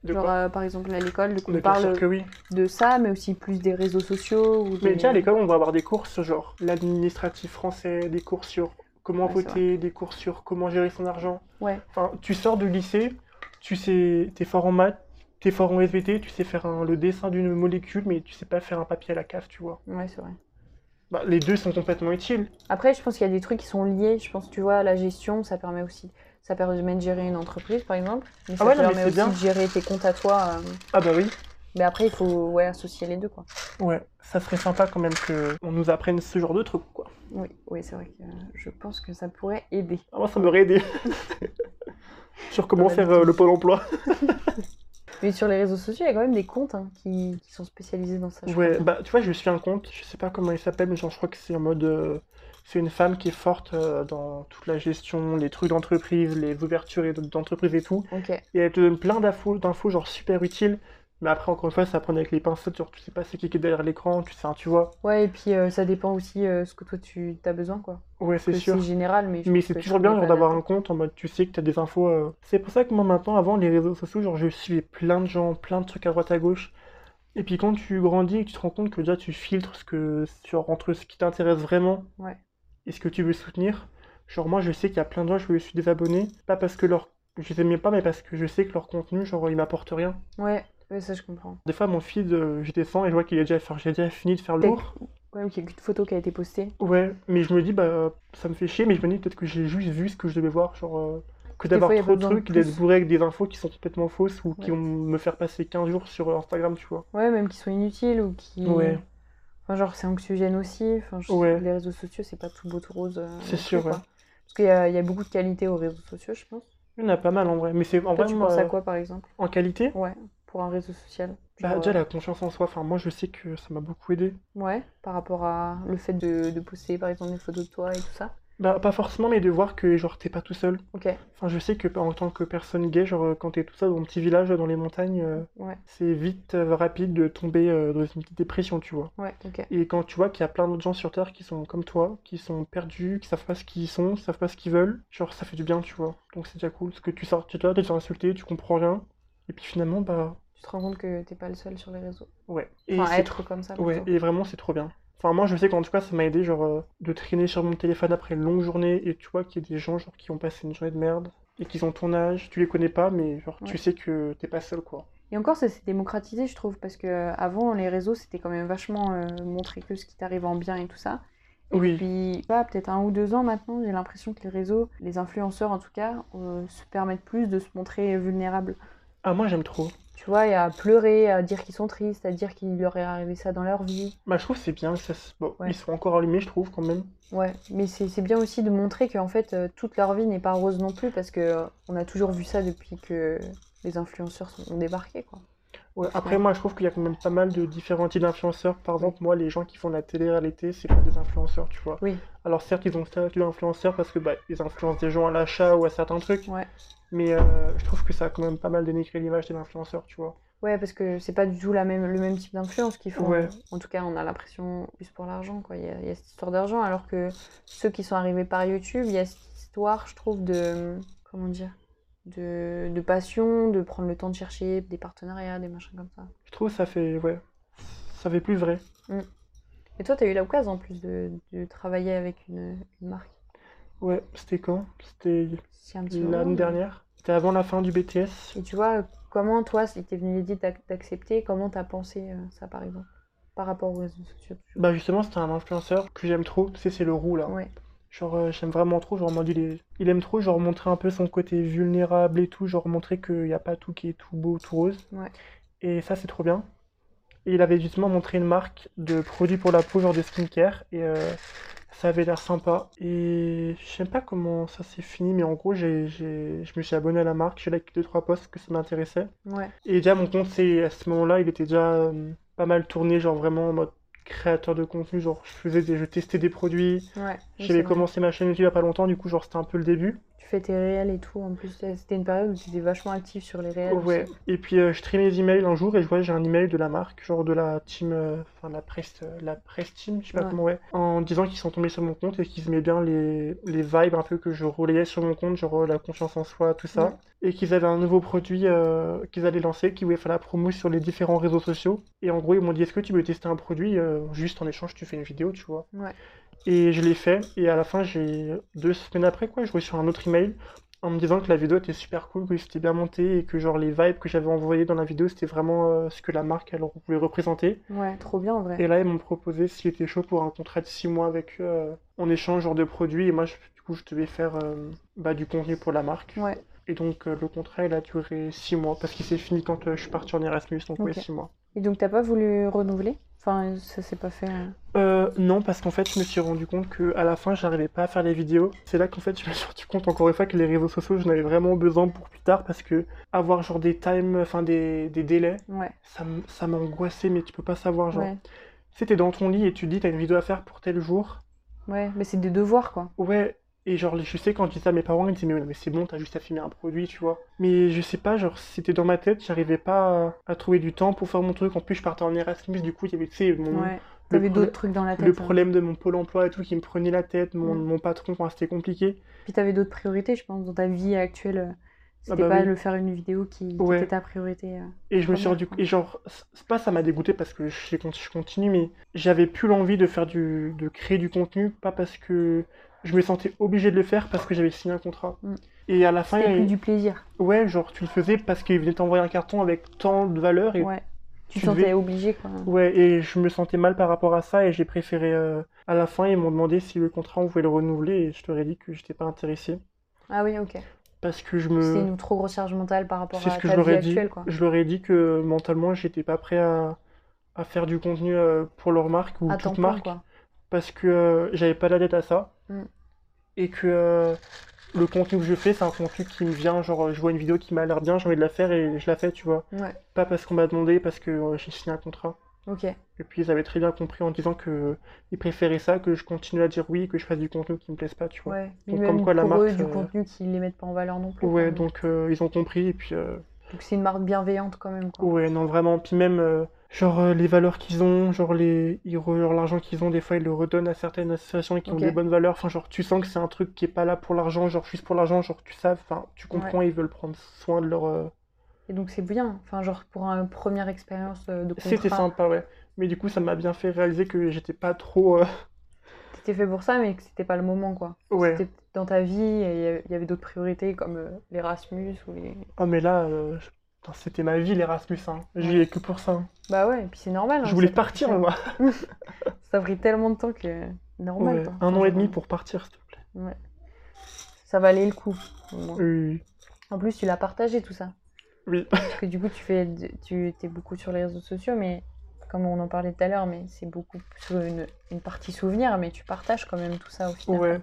Speaker 2: De
Speaker 1: Genre,
Speaker 2: quoi
Speaker 1: euh, par exemple, à l'école, du coup,
Speaker 2: Mais
Speaker 1: on
Speaker 2: bien sûr
Speaker 1: parle
Speaker 2: que oui.
Speaker 1: de ça, mais aussi plus des réseaux sociaux. Ou
Speaker 2: Mais
Speaker 1: des-
Speaker 2: déjà, à l'école, on va avoir des cours sur genre l'administratif français, des cours sur comment
Speaker 1: Ouais, c'est
Speaker 2: voter, des cours sur comment gérer son argent.
Speaker 1: Ouais.
Speaker 2: Enfin, tu sors du lycée, tu sais, t'es fort en maths, t'es fort en SVT, tu sais faire un- le dessin d'une molécule, mais tu sais pas faire un papier à la cave, tu vois.
Speaker 1: Ouais, c'est vrai.
Speaker 2: Bah, les deux sont complètement utiles.
Speaker 1: Après, je pense qu'il y a des trucs qui sont liés. Je pense, tu vois, la gestion, ça permet aussi. Ça permet de gérer une entreprise, par exemple. Mais ça
Speaker 2: Ah ouais, non, mais
Speaker 1: permet
Speaker 2: c'est
Speaker 1: aussi
Speaker 2: bien.
Speaker 1: de gérer tes comptes à toi. euh.
Speaker 2: Ah bah oui.
Speaker 1: Mais après, il faut ouais, associer les deux, quoi.
Speaker 2: Ouais, ça serait sympa quand même que on nous apprenne ce genre de truc quoi.
Speaker 1: Oui, oui c'est vrai que euh, je pense que ça pourrait aider.
Speaker 2: Ah, moi, ça m'aurait aidé. <laughs> Sur comment
Speaker 1: Dans la
Speaker 2: faire euh, le pôle emploi.
Speaker 1: Mais sur les réseaux sociaux, il y a quand même des comptes hein, qui, qui sont spécialisés dans ça. je
Speaker 2: Ouais,
Speaker 1: crois.
Speaker 2: bah tu vois, je suis un compte, je sais pas comment il s'appelle, mais genre, je crois que c'est en mode. euh, c'est une femme qui est forte euh, dans toute la gestion, les trucs d'entreprise, les ouvertures et- d'entreprise et tout.
Speaker 1: Ok,
Speaker 2: Et elle te donne plein d'infos, d'infos genre super utiles. Mais après, encore une fois, ça à prendre avec les pincettes, genre tu sais pas c'est qui qui est derrière l'écran, tu sais, hein, tu vois.
Speaker 1: ouais, et puis euh, ça dépend aussi euh, ce que toi tu as besoin, quoi.
Speaker 2: Ouais, c'est
Speaker 1: Que
Speaker 2: sûr.
Speaker 1: C'est général, mais. je
Speaker 2: Mais
Speaker 1: pense
Speaker 2: c'est
Speaker 1: que
Speaker 2: toujours
Speaker 1: ça
Speaker 2: bien
Speaker 1: dépend
Speaker 2: genre
Speaker 1: de la
Speaker 2: d'avoir un compte en mode tu sais que t'as des infos. euh. C'est pour ça que moi maintenant avant les réseaux sociaux genre je suivais plein de gens, plein de trucs à droite à gauche. Et puis quand tu grandis et que tu te rends compte que déjà tu filtres ce que genre, entre ce qui t'intéresse vraiment
Speaker 1: Ouais.
Speaker 2: et ce que tu veux soutenir. Genre moi je sais qu'il y a plein de gens je me suis désabonné pas parce que leur je les aimais pas mais parce que je sais que leur contenu genre il m'apporte rien.
Speaker 1: Ouais, ouais, ça je comprends.
Speaker 2: Des fois mon feed euh, je descends et je vois qu'il est déjà enfin, j'ai déjà fini de faire le
Speaker 1: T'es-
Speaker 2: lourd.
Speaker 1: Ouais, ou qu'il y a qu'une photo qui a été postée.
Speaker 2: Ouais, mais je me dis, bah, ça me fait chier, mais je me dis peut-être que j'ai juste vu ce que je devais voir, genre, euh, que
Speaker 1: Des
Speaker 2: d'avoir
Speaker 1: fois, y a pas
Speaker 2: trop de
Speaker 1: besoin de
Speaker 2: trucs, et d'être
Speaker 1: plus.
Speaker 2: bourré avec des infos qui sont complètement fausses ou
Speaker 1: Ouais.
Speaker 2: qui vont me faire passer 15 jours sur Instagram, tu vois.
Speaker 1: Ouais, même qui sont inutiles ou qui.
Speaker 2: Ouais.
Speaker 1: Enfin, genre, c'est anxiogène aussi. Enfin, je sais
Speaker 2: Ouais.
Speaker 1: que les réseaux sociaux, c'est pas tout beau, tout rose. euh,
Speaker 2: C'est
Speaker 1: non
Speaker 2: sûr,
Speaker 1: plus,
Speaker 2: ouais.
Speaker 1: quoi. Parce qu'il y, a il y a beaucoup de qualité aux réseaux sociaux, je pense.
Speaker 2: Il y en a pas mal en vrai, mais c'est
Speaker 1: Toi,
Speaker 2: en vrai, euh,
Speaker 1: tu
Speaker 2: moi,
Speaker 1: penses à quoi, par exemple
Speaker 2: en qualité,
Speaker 1: Ouais, pour un réseau social.
Speaker 2: bah,
Speaker 1: Genre,
Speaker 2: déjà
Speaker 1: euh,
Speaker 2: la confiance en soi, enfin, moi je sais que ça m'a beaucoup aidé.
Speaker 1: Ouais, par rapport à le fait de, de poster, par exemple, des photos de toi et tout ça.
Speaker 2: Bah, pas forcément, mais de voir que, genre, t'es pas tout seul.
Speaker 1: Ok,
Speaker 2: Enfin, je sais que en tant que personne gay, genre, quand t'es tout seul dans un petit village, dans les montagnes, euh,
Speaker 1: ouais,
Speaker 2: c'est vite euh, rapide de tomber euh, dans une petite dépression, tu vois.
Speaker 1: ouais, ok.
Speaker 2: Et quand tu vois qu'il y a plein d'autres gens sur Terre qui sont comme toi, qui sont perdus, qui savent pas ce qu'ils sont, qui savent pas ce qu'ils veulent, genre ça fait du bien, tu vois. Donc c'est déjà cool. Parce que tu sors de toi, tu te fais insulter, tu comprends rien. Et puis finalement, bah
Speaker 1: Tu te rends compte que t'es pas le seul sur les réseaux.
Speaker 2: ouais. Et,
Speaker 1: Enfin,
Speaker 2: c'est
Speaker 1: être
Speaker 2: trop-
Speaker 1: comme ça.
Speaker 2: ouais,
Speaker 1: plutôt.
Speaker 2: et vraiment, c'est trop bien. Enfin, moi je sais qu'en tout cas, ça m'a aidé, genre, euh, de traîner sur mon téléphone après une longue journée et tu vois qu'il y a des gens, genre, qui ont passé une journée de merde et qui ont ton âge, tu les connais pas, mais genre,
Speaker 1: Ouais.
Speaker 2: tu sais que t'es pas seul, quoi.
Speaker 1: Et encore, ça s'est démocratisé, je trouve, parce que euh, avant les réseaux, c'était quand même vachement euh, montrer que ce qui t'arrive en bien et tout ça. Et
Speaker 2: Oui.
Speaker 1: puis, pas peut-être un ou deux ans maintenant, j'ai l'impression que les réseaux, les influenceurs en tout cas, euh, se permettent plus de se montrer vulnérables.
Speaker 2: Ah, moi j'aime trop.
Speaker 1: tu vois, et à pleurer, à dire qu'ils sont tristes, à dire qu'il leur est arrivé ça dans leur vie.
Speaker 2: Bah, je trouve que c'est bien. que ça se- bon,
Speaker 1: Ouais.
Speaker 2: Ils sont encore allumés, je trouve, quand même.
Speaker 1: Ouais, mais c'est c'est bien aussi de montrer qu'en fait, euh, toute leur vie n'est pas rose non plus, parce que euh, on a toujours vu ça depuis que les influenceurs sont- ont débarqué, quoi.
Speaker 2: Ouais, après,
Speaker 1: Ouais.
Speaker 2: moi, je trouve qu'il y a quand même pas mal de différents types d'influenceurs. Par exemple, moi, les gens qui font de la télé-réalité, c'est pas des influenceurs, tu vois.
Speaker 1: Oui.
Speaker 2: Alors, certes, ils ont le statut d'influenceur parce que bah, ils influencent des gens à l'achat ou à certains trucs.
Speaker 1: Ouais.
Speaker 2: Mais euh, je trouve que ça a quand même pas mal dénigré l'image des influenceurs, tu vois.
Speaker 1: Ouais, parce que c'est pas du tout la même, le même type d'influence qu'ils font.
Speaker 2: Ouais.
Speaker 1: En tout cas, on a l'impression plus pour l'argent, quoi. Il y, a- il y a cette histoire d'argent, alors que ceux qui sont arrivés par YouTube, il y a cette histoire, je trouve, de. Comment dire de, de passion, de prendre le temps de chercher des partenariats, des machins comme ça.
Speaker 2: Je trouve que ça fait. Ouais. Ça fait plus vrai.
Speaker 1: Et toi, t'as eu l'occasion en plus de, de travailler avec une, une marque.
Speaker 2: Ouais, c'était quand C'était
Speaker 1: C'est un petit moment,
Speaker 2: l'année
Speaker 1: mais-
Speaker 2: dernière. C'était avant la fin du BTS.
Speaker 1: Et tu vois, comment toi, il t'est venu l'idée d'ac- d'accepter Comment t'as pensé euh, ça, par exemple Par rapport aux réseaux sociaux toujours.
Speaker 2: Bah justement, c'était un influenceur que j'aime trop. Tu sais, c'est le roux là.
Speaker 1: Ouais,
Speaker 2: Genre, euh, j'aime vraiment trop. Genre, moi, il, est- il aime trop, genre, montrer un peu son côté vulnérable et tout. Genre, montrer qu'il n'y a pas tout qui est tout beau, tout rose.
Speaker 1: Ouais.
Speaker 2: Et ça, c'est trop bien. Et il avait justement montré une marque de produits pour la peau, genre de skincare. Et euh, ça avait l'air sympa. Et je sais pas comment ça s'est fini, mais en gros, j'ai, j'ai- je me suis abonné à la marque. J'ai liké 2-3 posts que ça m'intéressait.
Speaker 1: ouais,
Speaker 2: Et déjà, mon compte, c'est à ce moment-là, il était déjà euh, pas mal tourné, genre vraiment en mode créateur de contenu. Genre, je faisais des, je testais des produits.
Speaker 1: ouais. Oui, c'est
Speaker 2: J'avais
Speaker 1: vrai.
Speaker 2: commencé ma chaîne YouTube il y a pas longtemps, du coup, genre, c'était un peu le début.
Speaker 1: Tu fais tes réels et tout. En plus, c'était une période où tu étais vachement active sur les réels.
Speaker 2: Ouais.
Speaker 1: aussi.
Speaker 2: Et puis, euh, je trie mes emails un jour et je vois, j'ai un email de la marque, genre de la team, euh, enfin, la presse, euh, la presse team, je sais pas
Speaker 1: Ouais.
Speaker 2: comment, ouais, en disant qu'ils sont tombés sur mon compte et qu'ils aimaient bien les, les vibes un peu que je relayais sur mon compte, genre euh, la confiance en soi, tout ça.
Speaker 1: Ouais.
Speaker 2: et qu'ils avaient un nouveau produit euh, qu'ils allaient lancer, qu'ils voulaient faire la promo sur les différents réseaux sociaux. Et en gros, ils m'ont dit, est-ce que tu veux tester un produit euh, Juste en échange, tu fais une vidéo, tu vois.
Speaker 1: Ouais.
Speaker 2: Et je l'ai fait, et à la fin, j'ai deux semaines après, quoi, je reçois un autre email en me disant que la vidéo était super cool, que c'était bien monté, et que genre les vibes que j'avais envoyées dans la vidéo, c'était vraiment euh, ce que la marque, elle voulait représenter.
Speaker 1: Ouais, trop bien en vrai.
Speaker 2: Et là, ils m'ont proposé, s'il était chaud, pour un contrat de 6 mois avec eux, euh, en échange, genre de produits, et moi, je- du coup, je devais faire euh, bah, du contenu pour la marque.
Speaker 1: Ouais,
Speaker 2: Et donc euh, le contrat il a duré 6 mois parce qu'il s'est fini quand euh, je suis parti en Erasmus, donc ouais,
Speaker 1: Ok.
Speaker 2: 6 mois.
Speaker 1: et donc t'as pas voulu renouveler Enfin, ça s'est pas fait. euh.
Speaker 2: Euh, non, parce qu'en fait je me suis rendu compte que à la fin j'arrivais pas à faire les vidéos. C'est là qu'en fait je me suis rendu compte encore une fois que les réseaux sociaux j'en avais vraiment besoin pour plus tard parce que avoir genre des times, enfin des, des délais,
Speaker 1: Ouais,
Speaker 2: ça m- ça m'angoissait mais tu peux pas savoir genre.
Speaker 1: ouais,
Speaker 2: C'était dans ton lit et tu te dis t'as une vidéo à faire pour tel jour.
Speaker 1: ouais. Mais c'est des devoirs quoi.
Speaker 2: Ouais, et genre, je sais, quand je dis ça à mes parents, ils me disaient, mais, mais c'est bon, t'as juste à filmer un produit, tu vois. Mais je sais pas, genre, c'était dans ma tête, j'arrivais pas à, à trouver du temps pour faire mon truc. En plus, je partais en Erasmus, du coup, il y avait, tu sais, mon-
Speaker 1: Ouais. T'avais
Speaker 2: pro-
Speaker 1: d'autres trucs dans la tête.
Speaker 2: Mmh. le
Speaker 1: hein.
Speaker 2: problème de mon pôle emploi et tout qui me prenait la tête, mon,
Speaker 1: Mm.
Speaker 2: mon patron, enfin, c'était compliqué.
Speaker 1: Puis t'avais d'autres priorités, je pense, dans ta vie actuelle. euh, C'était
Speaker 2: bah
Speaker 1: pas
Speaker 2: oui.
Speaker 1: le faire une vidéo qui qui
Speaker 2: Ouais.
Speaker 1: était ta priorité. euh.
Speaker 2: Et je me suis
Speaker 1: Première
Speaker 2: rendu
Speaker 1: fois.
Speaker 2: et genre, c'est pas ça m'a dégoûté parce que je, je continue, mais j'avais plus l'envie de faire du, de créer du contenu, pas parce que je me sentais obligé de le faire parce que j'avais signé un contrat.
Speaker 1: Mm.
Speaker 2: Et à la fin,
Speaker 1: C'était
Speaker 2: il-
Speaker 1: plus du plaisir.
Speaker 2: Ouais, genre tu le faisais parce qu'il venait t'envoyer un carton avec tant de valeur et
Speaker 1: Ouais. Tu te
Speaker 2: tu
Speaker 1: sentais
Speaker 2: devais-
Speaker 1: obligé quoi.
Speaker 2: ouais et je me sentais mal par rapport à ça et j'ai préféré euh, à la fin ils m'ont demandé si le contrat on pouvait le renouveler et je t'aurais dit que j'étais pas intéressé
Speaker 1: Ah oui, ok.
Speaker 2: parce que je
Speaker 1: C'était
Speaker 2: me
Speaker 1: une trop grosse charge mentale par rapport
Speaker 2: Euh, c'est
Speaker 1: à
Speaker 2: ce que
Speaker 1: ta
Speaker 2: je
Speaker 1: vie
Speaker 2: leur ai dit
Speaker 1: actuelle quoi.
Speaker 2: je leur ai dit que mentalement j'étais pas prêt à à faire du contenu euh, pour leur marque ou
Speaker 1: À temps
Speaker 2: toute
Speaker 1: plein
Speaker 2: marque
Speaker 1: quoi.
Speaker 2: parce que euh, j'avais pas la dette à ça
Speaker 1: Mm.
Speaker 2: et que euh, le contenu que je fais c'est un contenu qui me vient genre euh, je vois une vidéo qui m'a l'air bien j'ai envie de la faire et je la fais tu vois
Speaker 1: Ouais.
Speaker 2: pas parce qu'on m'a demandé parce que euh, j'ai signé un contrat
Speaker 1: Ok.
Speaker 2: et puis ils avaient très bien compris en disant que euh, ils préféraient ça que je continue à dire oui et que je fasse du contenu qui me plaise pas tu vois
Speaker 1: Ouais.
Speaker 2: Donc,
Speaker 1: Lui-même,
Speaker 2: comme quoi, la
Speaker 1: pour
Speaker 2: marque,
Speaker 1: eux, du
Speaker 2: euh,
Speaker 1: contenu qui les mettent pas en valeur non plus.
Speaker 2: ouais,
Speaker 1: quoi.
Speaker 2: donc euh, ils ont compris et puis euh,
Speaker 1: Donc c'est une marque bienveillante quand même. Quoi.
Speaker 2: ouais non vraiment puis même euh, genre euh, les valeurs qu'ils ont genre les ils re- genre, l'argent qu'ils ont des fois ils le redonnent à certaines associations qui
Speaker 1: Ok.
Speaker 2: ont des bonnes valeurs enfin genre tu sens que c'est un truc qui est pas là pour l'argent genre juste pour l'argent genre tu sais enfin tu comprends ils veulent prendre soin de leur euh,
Speaker 1: Et donc c'est bien. Enfin, genre pour une première expérience euh, de contrat.
Speaker 2: c'était sympa ouais mais du coup ça m'a bien fait réaliser que j'étais pas trop euh, <laughs>
Speaker 1: C'était fait pour ça, mais que c'était pas le moment quoi.
Speaker 2: ouais
Speaker 1: C'était dans ta vie et il y avait- il y avait d'autres priorités comme euh, l'Erasmus ou les.
Speaker 2: oh mais là euh, je- putain, c'était ma vie l'Erasmus hein j'y
Speaker 1: Ouais.
Speaker 2: ai que pour ça hein.
Speaker 1: Bah ouais, et puis c'est normal. hein,
Speaker 2: Je voulais
Speaker 1: ça t'a pris
Speaker 2: partir,
Speaker 1: cher.
Speaker 2: moi.
Speaker 1: Ça a pris tellement de temps que euh, normal.
Speaker 2: Ouais,
Speaker 1: quoi.
Speaker 2: Un an
Speaker 1: Enfin,
Speaker 2: et demi pour partir, s'il te plaît.
Speaker 1: Ça valait le coup. au moins.
Speaker 2: Oui.
Speaker 1: En plus, tu l'as partagé tout ça.
Speaker 2: Oui.
Speaker 1: <laughs> Parce que du coup, tu fais, tu es beaucoup sur les réseaux sociaux, mais comme on en parlait tout à l'heure, mais c'est beaucoup sur une, une partie souvenir, mais tu partages quand même tout ça au final
Speaker 2: Ouais.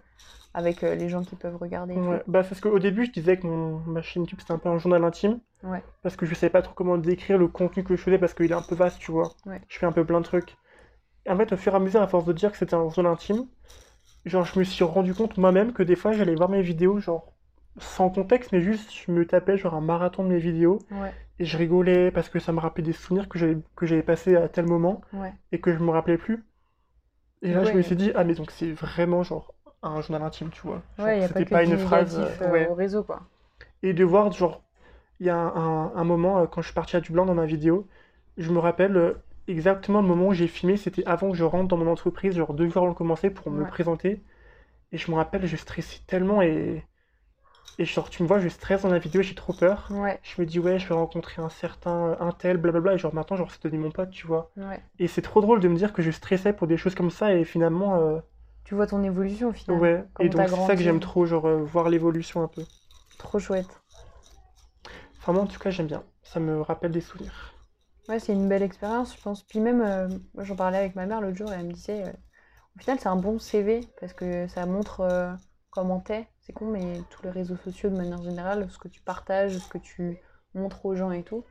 Speaker 1: avec euh, les gens qui peuvent regarder. et tout.
Speaker 2: Ouais. Bah, c'est ce qu'au début, je disais que mon, ma chaîne YouTube, c'était un peu un journal intime.
Speaker 1: Ouais.
Speaker 2: Parce que je sais pas trop comment décrire le contenu que je faisais parce qu'il est un peu vaste, tu vois.
Speaker 1: Ouais.
Speaker 2: Je fais un peu plein de trucs. En fait, au fur et à mesure, à force de dire que c'était un journal intime, genre, je me suis rendu compte moi-même que des fois, j'allais voir mes vidéos, genre, sans contexte, mais juste, je me tapais, genre, un marathon de mes vidéos.
Speaker 1: Ouais.
Speaker 2: Et je rigolais parce que ça me rappelait des souvenirs que j'avais que j'avais passés à tel moment
Speaker 1: Ouais.
Speaker 2: et que je me rappelais plus. Et là,
Speaker 1: Ouais,
Speaker 2: je me
Speaker 1: mais-
Speaker 2: suis dit, ah, mais donc c'est vraiment genre un journal intime, tu vois. Genre,
Speaker 1: Ouais, il n'y a pas
Speaker 2: c'était
Speaker 1: que
Speaker 2: pas
Speaker 1: du
Speaker 2: une phrase.
Speaker 1: négatif,
Speaker 2: euh,
Speaker 1: euh,
Speaker 2: ouais.
Speaker 1: au réseau, quoi.
Speaker 2: Et de voir, genre, il y a un, un moment, euh, quand je suis parti à Dublin dans ma vidéo, je me rappelle euh, exactement le moment où j'ai filmé, c'était avant que je rentre dans mon entreprise, genre deux jours avant de commencer pour me
Speaker 1: Ouais.
Speaker 2: présenter. Et je me rappelle, je stressais tellement et. Et genre, tu me vois, je stresse dans la vidéo, j'ai trop peur.
Speaker 1: Ouais,
Speaker 2: Je me dis, ouais, je vais rencontrer un certain, euh, un tel, blablabla. Et genre, maintenant, genre, c'est devenu mon pote, tu vois.
Speaker 1: ouais.
Speaker 2: Et c'est trop drôle de me dire que je stressais pour des choses comme ça et finalement, euh,
Speaker 1: Tu vois ton évolution au final.
Speaker 2: ouais.
Speaker 1: Ah, Comment
Speaker 2: Et donc
Speaker 1: t'as
Speaker 2: c'est ça que
Speaker 1: grandi.
Speaker 2: j'aime trop, genre euh, voir l'évolution un peu.
Speaker 1: Trop chouette.
Speaker 2: Enfin moi en tout cas j'aime bien, ça me rappelle des souvenirs.
Speaker 1: Ouais, c'est une belle expérience, je pense. Puis même, euh, moi, j'en parlais avec ma mère l'autre jour et elle me disait, euh, au final, c'est un bon CV parce que ça montre euh, comment t'es. C'est con, mais tous les réseaux sociaux de manière générale, ce que tu partages, ce que tu montres aux gens et tout,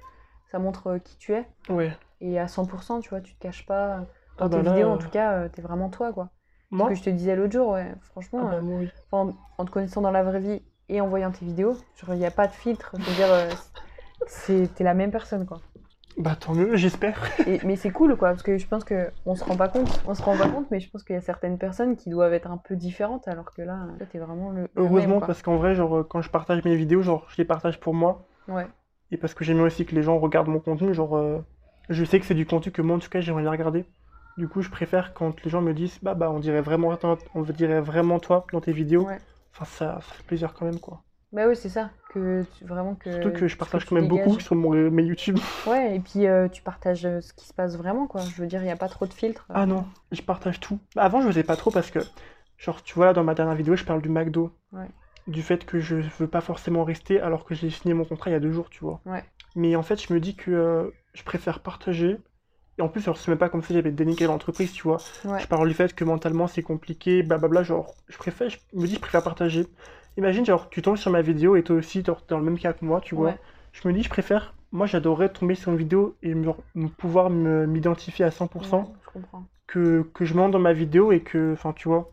Speaker 1: ça montre euh, qui tu es.
Speaker 2: Ouais.
Speaker 1: Et à 100%, tu vois, tu te caches pas. Dans
Speaker 2: Ah bah
Speaker 1: tes
Speaker 2: là,
Speaker 1: vidéos,
Speaker 2: euh,
Speaker 1: en tout cas, euh, t'es vraiment toi, quoi. Ce
Speaker 2: Moi
Speaker 1: que je te disais l'autre jour, ouais, franchement.
Speaker 2: Ah bah
Speaker 1: euh,
Speaker 2: moi, oui.
Speaker 1: Enfin, en te connaissant dans la vraie vie et en voyant tes vidéos, genre il n'y a pas de filtre, je veux dire, euh, c'est t'es la même personne quoi.
Speaker 2: Bah tant mieux, j'espère.
Speaker 1: Et, mais c'est cool quoi, parce que je pense que on se rend pas compte, on se rend pas compte, mais je pense qu'il y a certaines personnes qui doivent être un peu différentes, alors que là, toi, t'es vraiment le. le
Speaker 2: Heureusement
Speaker 1: même, quoi.
Speaker 2: parce qu'en vrai, genre euh, quand je partage mes vidéos, genre je les partage pour moi.
Speaker 1: Ouais.
Speaker 2: Et parce que j'aime bien aussi que les gens regardent mon contenu, genre euh, je sais que c'est du contenu que moi en tout cas j'aimerais bien regarder. Du coup je préfère quand les gens me disent bah bah on dirait vraiment toi- on dirait vraiment toi dans tes vidéos.
Speaker 1: Ouais.
Speaker 2: Enfin ça, ça fait plaisir quand même quoi.
Speaker 1: Bah oui, c'est ça, que tu- vraiment Euh, que.
Speaker 2: Surtout que je partage
Speaker 1: tu
Speaker 2: quand même beaucoup
Speaker 1: dégages.
Speaker 2: sur mon, euh, mes YouTube.
Speaker 1: Ouais, et puis euh, tu partages euh, ce qui se passe vraiment quoi. Je veux dire, il n'y a pas trop de filtre.
Speaker 2: Ah non, je partage tout. Bah, Avant, je faisais pas trop parce que, genre, tu vois, là, dans ma dernière vidéo, je parle du McDo.
Speaker 1: Ouais.
Speaker 2: Du fait que je veux pas forcément rester alors que j'ai signé mon contrat il y a deux jours, tu vois.
Speaker 1: Ouais.
Speaker 2: Mais en fait, je me dis que euh, je préfère partager. Et en plus, alors, c'est même pas comme si j'avais dénigré l'entreprise, tu vois.
Speaker 1: Ouais.
Speaker 2: Je parle du fait que mentalement, c'est compliqué, blablabla. Genre, je préfère, je me dis, je préfère partager. Imagine, genre, tu tombes sur ma vidéo et toi aussi, t'es dans le même cas que moi, tu vois.
Speaker 1: Ouais.
Speaker 2: Je me dis, je préfère. Moi, j'adorerais tomber sur une vidéo et me, me- pouvoir me- m'identifier à 100%
Speaker 1: Ouais, je comprends.
Speaker 2: que, que je monte dans ma vidéo et que, enfin, tu vois.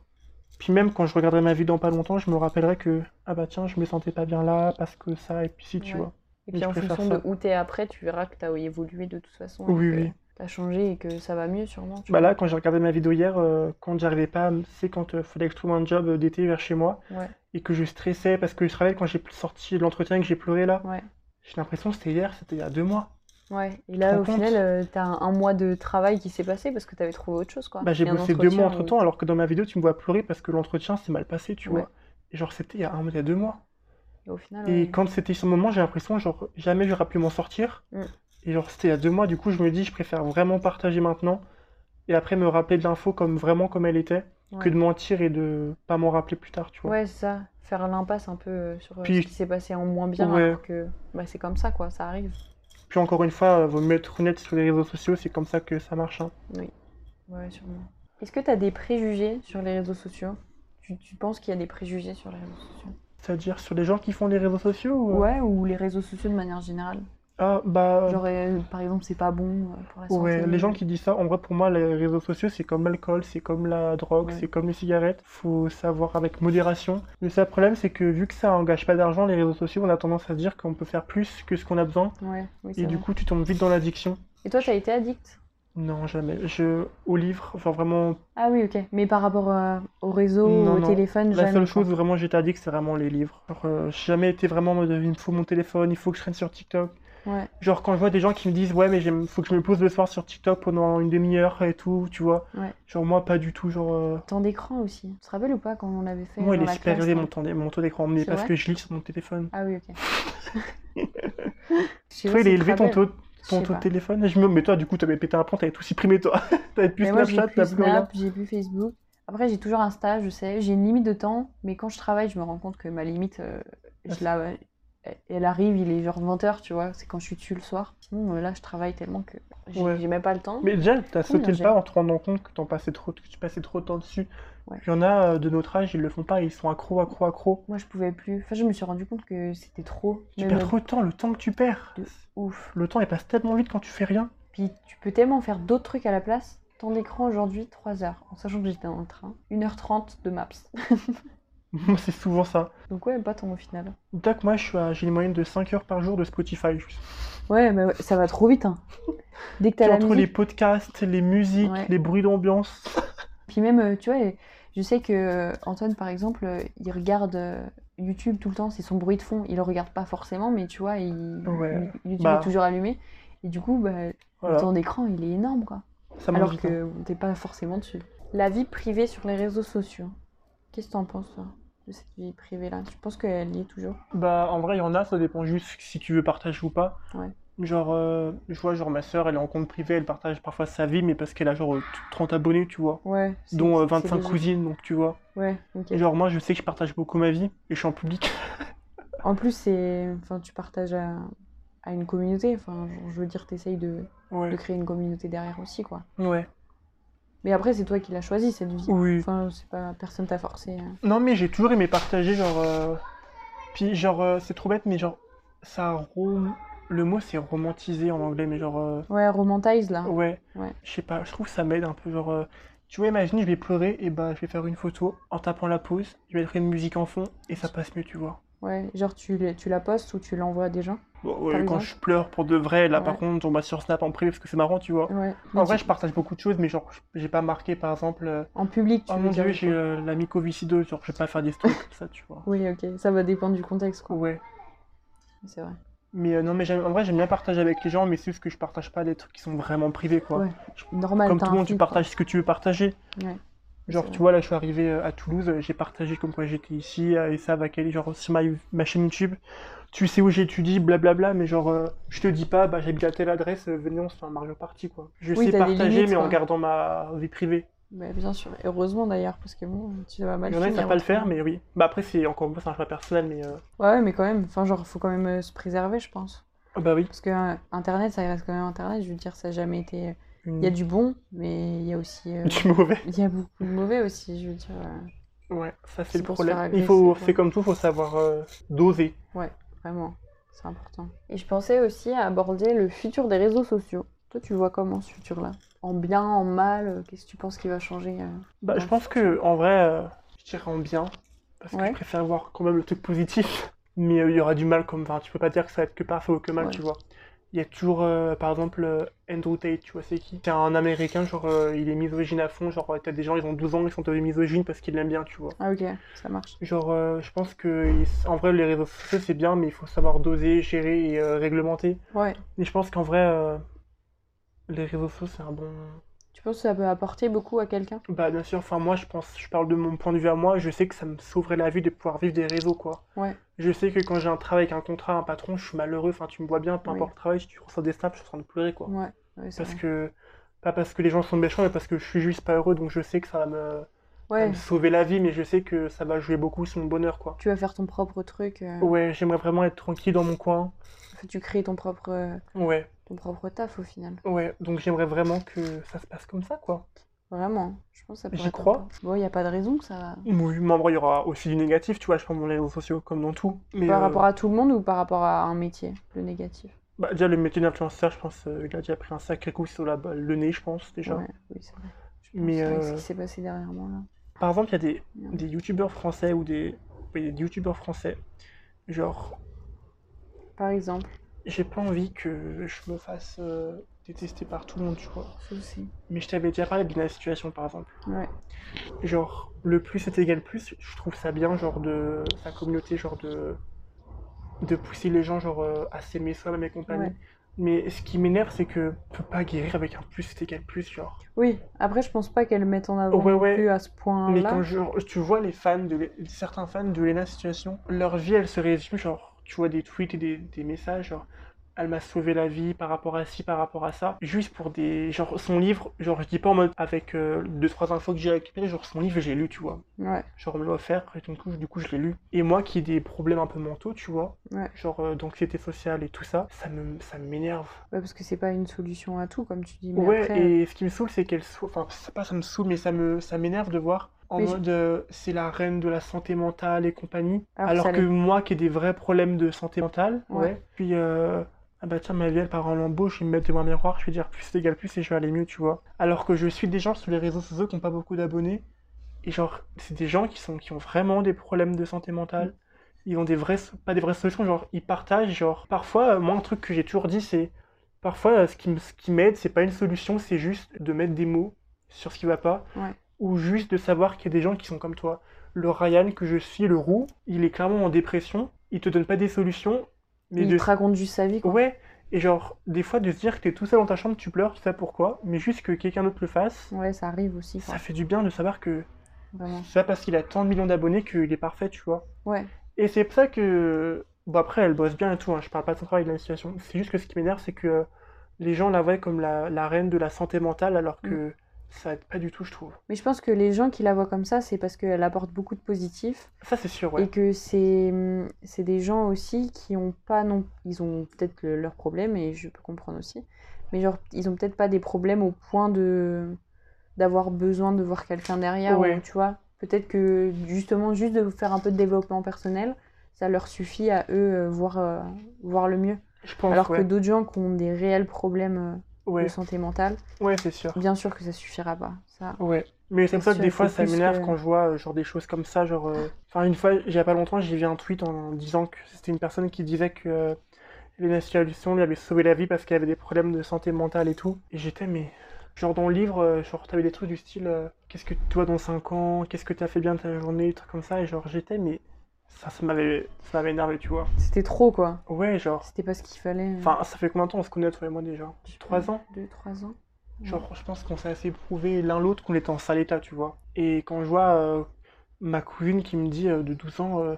Speaker 2: Puis même quand je regarderai ma vie dans pas longtemps, je me rappellerai que, ah bah tiens, je me sentais pas bien là, parce que ça, et puis si, tu
Speaker 1: Ouais.
Speaker 2: vois.
Speaker 1: Et
Speaker 2: Mais
Speaker 1: puis
Speaker 2: je
Speaker 1: en
Speaker 2: préfère
Speaker 1: fonction
Speaker 2: ça.
Speaker 1: de où t'es après, tu verras que t'as évolué de toute façon.
Speaker 2: Oui,
Speaker 1: et que
Speaker 2: oui.
Speaker 1: T'as changé et que ça va mieux sûrement. tu
Speaker 2: Bah là, quand j'ai regardé ma vidéo hier, euh, quand j'arrivais pas, à me- c'est quand euh, fallait que je trouve un job euh, d'été vers chez moi,
Speaker 1: Ouais.
Speaker 2: et que je stressais, parce que je travaille quand j'ai sorti de l'entretien et que j'ai pleuré là.
Speaker 1: Ouais.
Speaker 2: J'ai l'impression que c'était hier, c'était il y a deux mois.
Speaker 1: vois. Ouais. Et
Speaker 2: te
Speaker 1: là,
Speaker 2: rends
Speaker 1: au
Speaker 2: compte
Speaker 1: final, euh, t'as un, un mois de travail qui s'est passé parce que t'avais trouvé autre chose, quoi.
Speaker 2: Bah j'ai
Speaker 1: Ah, Et un
Speaker 2: bossé deux
Speaker 1: entretien
Speaker 2: mois
Speaker 1: euh,
Speaker 2: entre temps, alors que dans ma vidéo, tu me vois pleurer parce que l'entretien s'est mal passé, tu
Speaker 1: Ouais.
Speaker 2: vois. Et genre, c'était il y a un, il y a deux mois.
Speaker 1: où- Au final, euh,
Speaker 2: Et
Speaker 1: Ah ouais.
Speaker 2: quand c'était ce moment, j'ai l'impression, genre, jamais j'aurais pu m'en sortir.
Speaker 1: Mm.
Speaker 2: Et genre, c'était il y a deux mois, du coup, je me dis, je préfère vraiment partager maintenant. Et après, me rappeler de l'info comme vraiment comme elle était, que
Speaker 1: Ouais.
Speaker 2: de mentir et de pas m'en rappeler plus tard, tu vois.
Speaker 1: Ouais, c'est ça. Faire l'impasse un peu euh, sur euh,
Speaker 2: Puis-
Speaker 1: ce qui s'est passé en moins bien,
Speaker 2: Ouais.
Speaker 1: alors que bah, c'est comme ça, quoi. Ça arrive.
Speaker 2: Puis encore une fois, euh, vaut mieux être honnête sur les réseaux sociaux, c'est comme ça que ça marche. hein.
Speaker 1: Ouais, sûrement. Est-ce que t'as des préjugés sur les réseaux sociaux tu, tu penses qu'il y a des préjugés sur les réseaux sociaux
Speaker 2: C'est-à-dire sur les gens qui font des réseaux sociaux ou-
Speaker 1: Ouais, ou les réseaux sociaux de manière générale
Speaker 2: Ah, bah.
Speaker 1: Genre, euh, par exemple, c'est pas bon euh, pour la santé.
Speaker 2: Ouais, les gens qui disent ça, en vrai, pour moi, les réseaux sociaux, c'est comme l'alcool, c'est comme la drogue,
Speaker 1: Ouais.
Speaker 2: c'est comme les cigarettes. Faut savoir avec modération. Le seul problème, c'est que vu que ça engage pas d'argent, les réseaux sociaux, on a tendance à se dire qu'on peut faire plus que ce qu'on a besoin.
Speaker 1: Ouais, oui,
Speaker 2: Et
Speaker 1: c'est
Speaker 2: du
Speaker 1: vrai.
Speaker 2: coup, tu tombes vite dans l'addiction.
Speaker 1: Et toi, t'as été addict
Speaker 2: Non, jamais. Je, au livre, genre vraiment,
Speaker 1: Ah oui, ok. Mais par rapport euh, au réseau,
Speaker 2: Non,
Speaker 1: au
Speaker 2: non.
Speaker 1: téléphone,
Speaker 2: la
Speaker 1: jamais,
Speaker 2: seule
Speaker 1: quoi.
Speaker 2: chose où vraiment j'étais addict, c'est vraiment les livres. Genre, euh, j'ai jamais été vraiment en mode, euh, il me faut mon téléphone, il faut que je traîne sur TikTok.
Speaker 1: Ouais,
Speaker 2: Genre quand je vois des gens qui me disent ouais mais j'aime- faut que je me pose le soir sur TikTok pendant une demi-heure et tout, tu vois.
Speaker 1: Ouais.
Speaker 2: Genre moi pas du tout, genre euh,
Speaker 1: temps d'écran aussi. Tu te rappelles ou pas quand on l'avait fait
Speaker 2: Moi, il
Speaker 1: dans
Speaker 2: est
Speaker 1: la
Speaker 2: super
Speaker 1: classe,
Speaker 2: élevé
Speaker 1: là
Speaker 2: mon, temps- mon taux d'écran, mais
Speaker 1: C'est
Speaker 2: parce
Speaker 1: vrai
Speaker 2: que je lis sur mon téléphone.
Speaker 1: Ah oui, ok.
Speaker 2: <laughs>
Speaker 1: Je sais pas
Speaker 2: Toi, il
Speaker 1: si
Speaker 2: est
Speaker 1: tu
Speaker 2: élevé
Speaker 1: te
Speaker 2: ton
Speaker 1: rappelles.
Speaker 2: taux,
Speaker 1: Je
Speaker 2: ton
Speaker 1: sais
Speaker 2: taux de
Speaker 1: pas.
Speaker 2: téléphone je me... Mais toi, du coup, t'avais pété un plomb, t'avais tout supprimé, toi. <laughs> t'avais plus
Speaker 1: Mais moi,
Speaker 2: Snapchat,
Speaker 1: j'ai
Speaker 2: t'as
Speaker 1: plus
Speaker 2: plus rien.
Speaker 1: Snap, j'ai plus Facebook. Après, j'ai toujours Insta, je sais. J'ai une limite de temps, mais quand je travaille, je me rends compte que ma limite, euh, je la... elle arrive, il est genre 20h, tu vois. C'est quand je suis dessus le soir. Sinon, euh, là, je travaille tellement que j'ai
Speaker 2: Ouais.
Speaker 1: j'ai même pas le temps.
Speaker 2: Mais déjà, t'as
Speaker 1: Cool,
Speaker 2: sauté le
Speaker 1: j'ai-
Speaker 2: pas en te rendant compte que, t'en passais trop, que tu passais trop de temps dessus.
Speaker 1: Ouais.
Speaker 2: Il y en a euh, de notre âge, ils le font pas, ils sont accro, accro, accro.
Speaker 1: Moi, je pouvais plus. Enfin, je me suis rendu compte que c'était trop.
Speaker 2: Tu
Speaker 1: Même
Speaker 2: perds trop de temps, le temps que tu perds.
Speaker 1: de ouf.
Speaker 2: Le temps, il passe tellement vite quand tu fais rien. <laughs>
Speaker 1: Puis tu peux tellement faire d'autres trucs à la place. Temps d'écran aujourd'hui, 3 heures. En sachant que j'étais dans le train. 1h30 de maps. <laughs>
Speaker 2: Moi, c'est souvent ça.
Speaker 1: Donc, ouais, pas tant au final.
Speaker 2: Tac, moi, je suis à- j'ai une moyenne de 5 heures par jour de Spotify.
Speaker 1: Ouais, mais ouais, ça va trop vite. Hein. Dès que
Speaker 2: Puis
Speaker 1: t'as la
Speaker 2: entre
Speaker 1: musique,
Speaker 2: les podcasts, les musiques,
Speaker 1: Ouais.
Speaker 2: les bruits d'ambiance. <laughs>
Speaker 1: Puis même, euh, tu vois, euh, je sais que euh, Antoine, par exemple, euh, il regarde euh, YouTube tout le temps, c'est son bruit de fond. Il le regarde pas forcément, mais tu vois, il...
Speaker 2: Ouais,
Speaker 1: il- YouTube
Speaker 2: bah.
Speaker 1: est toujours allumé. Et du coup, bah,
Speaker 2: Voilà,
Speaker 1: le temps d'écran, il est énorme, quoi.
Speaker 2: ça mange
Speaker 1: Alors
Speaker 2: du temps.
Speaker 1: que t'es pas forcément dessus. La vie privée sur les réseaux sociaux. Qu'est-ce que t'en penses, toi, de cette vie privée-là Tu penses qu'elle y est toujours
Speaker 2: Bah, en vrai, il y en a, ça dépend juste si tu veux partager ou pas.
Speaker 1: Ouais.
Speaker 2: Genre, euh, je vois, genre, ma soeur, elle est en compte privé, elle partage parfois sa vie, mais parce qu'elle a genre euh, 30 abonnés, tu vois.
Speaker 1: Ouais. c'est-
Speaker 2: Dont euh,
Speaker 1: c'est
Speaker 2: 25
Speaker 1: logique.
Speaker 2: cousines, donc tu vois.
Speaker 1: Ouais, ok.
Speaker 2: Et genre, moi, je sais que je partage beaucoup ma vie, et je suis en public.
Speaker 1: <laughs> En plus, c'est... Enfin, tu partages à, à une communauté. Enfin, genre, je veux dire, t'essayes de... de
Speaker 2: Ouais.
Speaker 1: créer une communauté derrière aussi, quoi.
Speaker 2: Ouais.
Speaker 1: Mais après, c'est toi qui l'as choisi cette vie.
Speaker 2: Oui.
Speaker 1: Enfin, c'est pas personne t'a forcé. hein.
Speaker 2: Non, mais j'ai toujours aimé partager, genre. euh, Puis, genre, euh, c'est trop bête, mais genre, ça. rom- Le mot, c'est romantiser en anglais, mais genre. euh,
Speaker 1: Ouais, romantise là.
Speaker 2: Ouais.
Speaker 1: Ouais.
Speaker 2: Je sais pas, je trouve que ça m'aide un peu. Genre, euh, tu vois, imagine, je vais pleurer, et bah, je vais faire une photo en tapant la pause, je mettrai une musique en fond, et ça passe mieux, tu vois.
Speaker 1: Ouais, genre tu, le- tu la postes ou tu l'envoies à des gens.
Speaker 2: Bon, Bah ouais,
Speaker 1: Par
Speaker 2: quand
Speaker 1: exemple
Speaker 2: je pleure pour de vrai, là, par
Speaker 1: Ouais.
Speaker 2: contre, on va sur Snap en privé parce que c'est marrant, tu vois.
Speaker 1: Ouais.
Speaker 2: En
Speaker 1: Mais
Speaker 2: vrai,
Speaker 1: tu-
Speaker 2: je partage beaucoup de choses, mais genre, j'ai pas marqué, par exemple, euh,
Speaker 1: en public, tu
Speaker 2: oh
Speaker 1: veux
Speaker 2: mon
Speaker 1: dire,
Speaker 2: dieu,
Speaker 1: ou
Speaker 2: j'ai
Speaker 1: quoi
Speaker 2: euh, la mycoviscidose, genre, je vais pas faire des stories comme ça, tu vois.
Speaker 1: Oui, ok, ça va dépendre du contexte, quoi.
Speaker 2: Ouais.
Speaker 1: C'est vrai.
Speaker 2: Mais euh, non, mais j'aime- en vrai, j'aime bien partager avec les gens, mais c'est juste que je partage pas des trucs qui sont vraiment privés, quoi.
Speaker 1: Ouais. Normal.
Speaker 2: Comme
Speaker 1: t'as
Speaker 2: tout le
Speaker 1: un
Speaker 2: monde, tu
Speaker 1: filtre.
Speaker 2: partages ce que tu veux partager.
Speaker 1: Ouais.
Speaker 2: Genre,
Speaker 1: C'est
Speaker 2: tu
Speaker 1: vrai.
Speaker 2: vois, là, je suis arrivé euh, à Toulouse, euh, j'ai partagé comme quoi j'étais ici, euh, et ça va caler, genre, sur ma, ma chaîne YouTube. Tu sais où j'étudie, blablabla, mais genre, euh, je te dis pas, bah, j'habite à telle adresse, euh, venez, on se fait un Mario Party, quoi. Je
Speaker 1: Oui,
Speaker 2: sais
Speaker 1: t'as des
Speaker 2: partager,
Speaker 1: limites,
Speaker 2: mais en
Speaker 1: quoi.
Speaker 2: gardant ma vie privée.
Speaker 1: Bah, bien sûr. Et Heureusement d'ailleurs, parce que bon, tu vas mal.
Speaker 2: Il y en a qui
Speaker 1: finir,
Speaker 2: savent pas le faire,
Speaker 1: autrement.
Speaker 2: mais oui. Bah, après, c'est encore une fois, c'est un choix personnel, mais. euh,
Speaker 1: Ouais, mais quand même. Enfin, genre, faut quand même euh, se préserver, je pense.
Speaker 2: ah Bah oui.
Speaker 1: Parce que euh, Internet, ça reste quand même Internet. Je veux dire, ça a jamais été. Il y a
Speaker 2: Mm.
Speaker 1: du bon, mais il y a aussi. euh,
Speaker 2: <laughs> Du mauvais.
Speaker 1: Il y a beaucoup de mauvais aussi, je veux dire. euh,
Speaker 2: Ouais, ça,
Speaker 1: C'est
Speaker 2: c'est le
Speaker 1: pour se
Speaker 2: problème.
Speaker 1: faire
Speaker 2: Il faut,
Speaker 1: agresser, quoi.
Speaker 2: c'est comme tout, faut savoir euh, doser.
Speaker 1: Vraiment, c'est important. Et je pensais aussi à aborder le futur des réseaux sociaux. Toi, tu vois comment ce futur-là En bien, en mal euh, Qu'est-ce que tu penses qui va changer euh
Speaker 2: Bah, je
Speaker 1: Ouais.
Speaker 2: pense que en vrai, euh, je dirais en bien, parce que
Speaker 1: Ouais.
Speaker 2: je préfère voir quand même le truc positif. <laughs> Mais euh, il y aura du mal, comme, enfin, tu peux pas dire que ça va être que parfait ou que mal,
Speaker 1: Ouais.
Speaker 2: tu vois. Il y a toujours, euh, par exemple, euh, Andrew Tate, tu vois, c'est qui C'est un Américain, genre, euh, il est misogyne à fond, genre, euh, t'as des gens, ils ont 12 ans, ils sont devenus misogynes parce qu'ils l'aiment bien, tu vois.
Speaker 1: Ah ok, ça marche.
Speaker 2: Genre, euh, je pense que, ils- en vrai, les réseaux sociaux, c'est bien, mais il faut savoir doser, gérer et euh, réglementer.
Speaker 1: Ouais.
Speaker 2: Mais je pense qu'en vrai, euh, les réseaux sociaux, c'est un bon...
Speaker 1: Tu penses que ça peut apporter beaucoup à quelqu'un
Speaker 2: Bah bien sûr, enfin moi je pense, je parle de mon point de vue à moi, je sais que ça me sauverait la vie de pouvoir vivre des réseaux quoi.
Speaker 1: Ouais.
Speaker 2: Je sais que quand j'ai un travail avec un contrat, un patron, je suis malheureux, enfin tu me vois bien, peu
Speaker 1: Oui.
Speaker 2: importe le travail, si tu reçois des snaps, je suis en train de pleurer quoi.
Speaker 1: Ouais, ouais c'est
Speaker 2: Parce
Speaker 1: vrai.
Speaker 2: que, pas parce que les gens sont méchants, mais parce que je suis juste pas heureux, donc je sais que ça va me, ça va
Speaker 1: Ouais,
Speaker 2: me sauver la vie, mais je sais que ça va jouer beaucoup sur mon bonheur quoi.
Speaker 1: tu vas faire ton propre truc. euh,
Speaker 2: Ouais, j'aimerais vraiment être tranquille dans mon coin.
Speaker 1: enfin, Tu crées ton propre, euh,
Speaker 2: Ouais,
Speaker 1: ton propre taf au final.
Speaker 2: ouais, donc j'aimerais vraiment que ça se passe comme ça quoi.
Speaker 1: Vraiment, je pense que ça peut
Speaker 2: J'y crois.
Speaker 1: Bon, il n'y a pas de raison que ça...
Speaker 2: Oui, mais en vrai, il y aura aussi du négatif, tu vois, je prends mon réseaux sociaux comme dans tout. Mais,
Speaker 1: Par
Speaker 2: euh,
Speaker 1: rapport à tout le monde ou par rapport à un métier, le négatif
Speaker 2: Bah, déjà, le métier d'influenceur, je pense, euh, il a déjà pris un sacré coup sur la, bah, le nez, je pense, déjà.
Speaker 1: Ouais, oui, c'est vrai. Je pense
Speaker 2: Mais,
Speaker 1: avec ce
Speaker 2: euh,
Speaker 1: qui s'est passé derrière moi, là.
Speaker 2: Par exemple, il y a des,
Speaker 1: Merde.
Speaker 2: des youtubeurs français ou des, oui, des youtubeurs français. Genre,
Speaker 1: Par exemple,
Speaker 2: j'ai pas envie que je me fasse euh, détester par tout le monde, tu vois.
Speaker 1: ça aussi.
Speaker 2: Mais je t'avais déjà parlé de la situation, par exemple.
Speaker 1: Ouais.
Speaker 2: Genre, le plus est égal plus, je trouve ça bien, genre, de sa communauté, genre, de, de pousser les gens, genre, euh, à s'aimer soi-même et compagnie.
Speaker 1: Ouais.
Speaker 2: Mais ce qui m'énerve, c'est que on peut pas guérir avec un plus est égal plus, genre.
Speaker 1: Oui, après, je pense pas qu'elle mette en avant
Speaker 2: Ouais,
Speaker 1: non
Speaker 2: ouais.
Speaker 1: plus à ce point-là.
Speaker 2: Mais quand je- tu vois les fans de Lé- certains fans de Lena Situation, leur vie elle se résume genre tu vois des tweets et des, des messages genre elle m'a sauvé la vie par rapport à ci, par rapport à ça. Juste pour des. Genre, son livre, genre, je dis pas en mode avec euh, deux, trois infos que j'ai récupérées, genre, son livre, j'ai lu, tu vois.
Speaker 1: Ouais.
Speaker 2: Genre, on me l'a offert, et donc, du coup, je l'ai lu. Et moi qui ai des problèmes un peu mentaux, tu vois,
Speaker 1: Ouais.
Speaker 2: genre euh, d'anxiété sociale et tout ça, ça me ça m'énerve.
Speaker 1: Ouais, parce que c'est pas une solution à tout, comme tu dis. Mais
Speaker 2: Ouais,
Speaker 1: après,
Speaker 2: et ce qui me saoule, c'est qu'elle soit. Enfin, c'est pas ça me saoule, mais ça me ça m'énerve de voir en
Speaker 1: Mais je-
Speaker 2: mode euh, c'est la reine de la santé mentale et compagnie.
Speaker 1: Alors que
Speaker 2: Alors,
Speaker 1: ça
Speaker 2: que
Speaker 1: l'est.
Speaker 2: moi qui ai des vrais problèmes de santé mentale,
Speaker 1: Ouais.
Speaker 2: Puis, euh, ah bah tiens, ma vie elle part en lambeau, je vais me mettre devant un miroir, je vais dire plus égale plus et je vais aller mieux, tu vois. Alors que je suis des gens sur les réseaux sociaux qui n'ont pas beaucoup d'abonnés. Et genre, c'est des gens qui, sont, qui ont vraiment des problèmes de santé
Speaker 1: Mm.
Speaker 2: mentale. Ils ont des vraies, pas des vraies solutions, genre ils partagent, genre parfois, euh, moi un truc que j'ai toujours dit, c'est parfois euh, ce qui, me- ce qui m'aide, c'est pas une solution, c'est juste de mettre des mots sur ce qui va pas.
Speaker 1: Ouais.
Speaker 2: Ou juste de savoir qu'il y a des gens qui sont comme toi. Le Ryan que je suis, le roux, il est clairement en dépression, il te donne pas des solutions, mais
Speaker 1: il
Speaker 2: de
Speaker 1: te raconte juste sa vie, quoi.
Speaker 2: Ouais, et genre, des fois, de se dire que t'es tout seul dans ta chambre, tu pleures, tu sais pas pourquoi, mais juste que quelqu'un d'autre le fasse,
Speaker 1: Ouais, ça arrive aussi, quoi,
Speaker 2: ça fait du bien de savoir que
Speaker 1: vraiment.
Speaker 2: c'est pas parce qu'il a tant de millions d'abonnés qu'il est parfait, tu vois.
Speaker 1: Ouais.
Speaker 2: Et c'est pour ça que. Bon, après, elle bosse bien et tout, hein, je parle pas de son travail, de la situation. C'est juste que ce qui m'énerve, c'est que euh, les gens la voient comme la, la reine de la santé mentale, alors que
Speaker 1: Mm.
Speaker 2: ça aide pas du tout, je trouve.
Speaker 1: Mais je pense que les gens qui la voient comme ça, c'est parce qu'elle apporte beaucoup de positif.
Speaker 2: Ça, c'est sûr, ouais.
Speaker 1: Et que c'est hum, c'est des gens aussi qui ont pas non ils ont peut-être le- leurs problèmes et je peux comprendre aussi mais genre ils ont peut-être pas des problèmes au point de d'avoir besoin de voir quelqu'un derrière ou,
Speaker 2: Ouais.
Speaker 1: tu vois peut-être que justement juste de faire un peu de développement personnel ça leur suffit à eux euh, voir euh, voir le mieux
Speaker 2: Je pense,
Speaker 1: alors que
Speaker 2: ouais.
Speaker 1: d'autres gens qui ont des réels problèmes euh,
Speaker 2: Ouais,
Speaker 1: de santé mentale
Speaker 2: ouais c'est sûr.
Speaker 1: bien sûr que ça suffira pas ça
Speaker 2: Ouais, mais c'est pour ça que
Speaker 1: sûr,
Speaker 2: des
Speaker 1: il
Speaker 2: fois
Speaker 1: faut
Speaker 2: ça
Speaker 1: plus
Speaker 2: m'énerve
Speaker 1: que-
Speaker 2: quand je vois euh, genre des choses comme ça, genre euh, enfin une fois, il y a pas longtemps, j'ai vu un tweet en disant que c'était une personne qui disait que euh, Elena Solution lui avait sauvé la vie parce qu'elle avait des problèmes de santé mentale et tout. Et j'étais mais genre dans le livre, euh, genre t'avais des trucs du style euh, qu'est-ce que toi dans 5 ans, qu'est-ce que t'as fait bien de ta journée, des trucs comme ça et genre j'étais mais ça ça m'avait ça m'avait énervé, tu vois.
Speaker 1: c'était trop quoi
Speaker 2: Ouais, genre
Speaker 1: c'était pas ce qu'il fallait euh,
Speaker 2: enfin ça fait combien de temps on se connaît toi et moi déjà? 3 ans.
Speaker 1: 2 3 ans
Speaker 2: Genre, je pense qu'on s'est assez prouvé l'un l'autre qu'on était en sale état, tu vois. Et quand je vois euh, ma cousine qui me dit euh, de 12 ans, euh,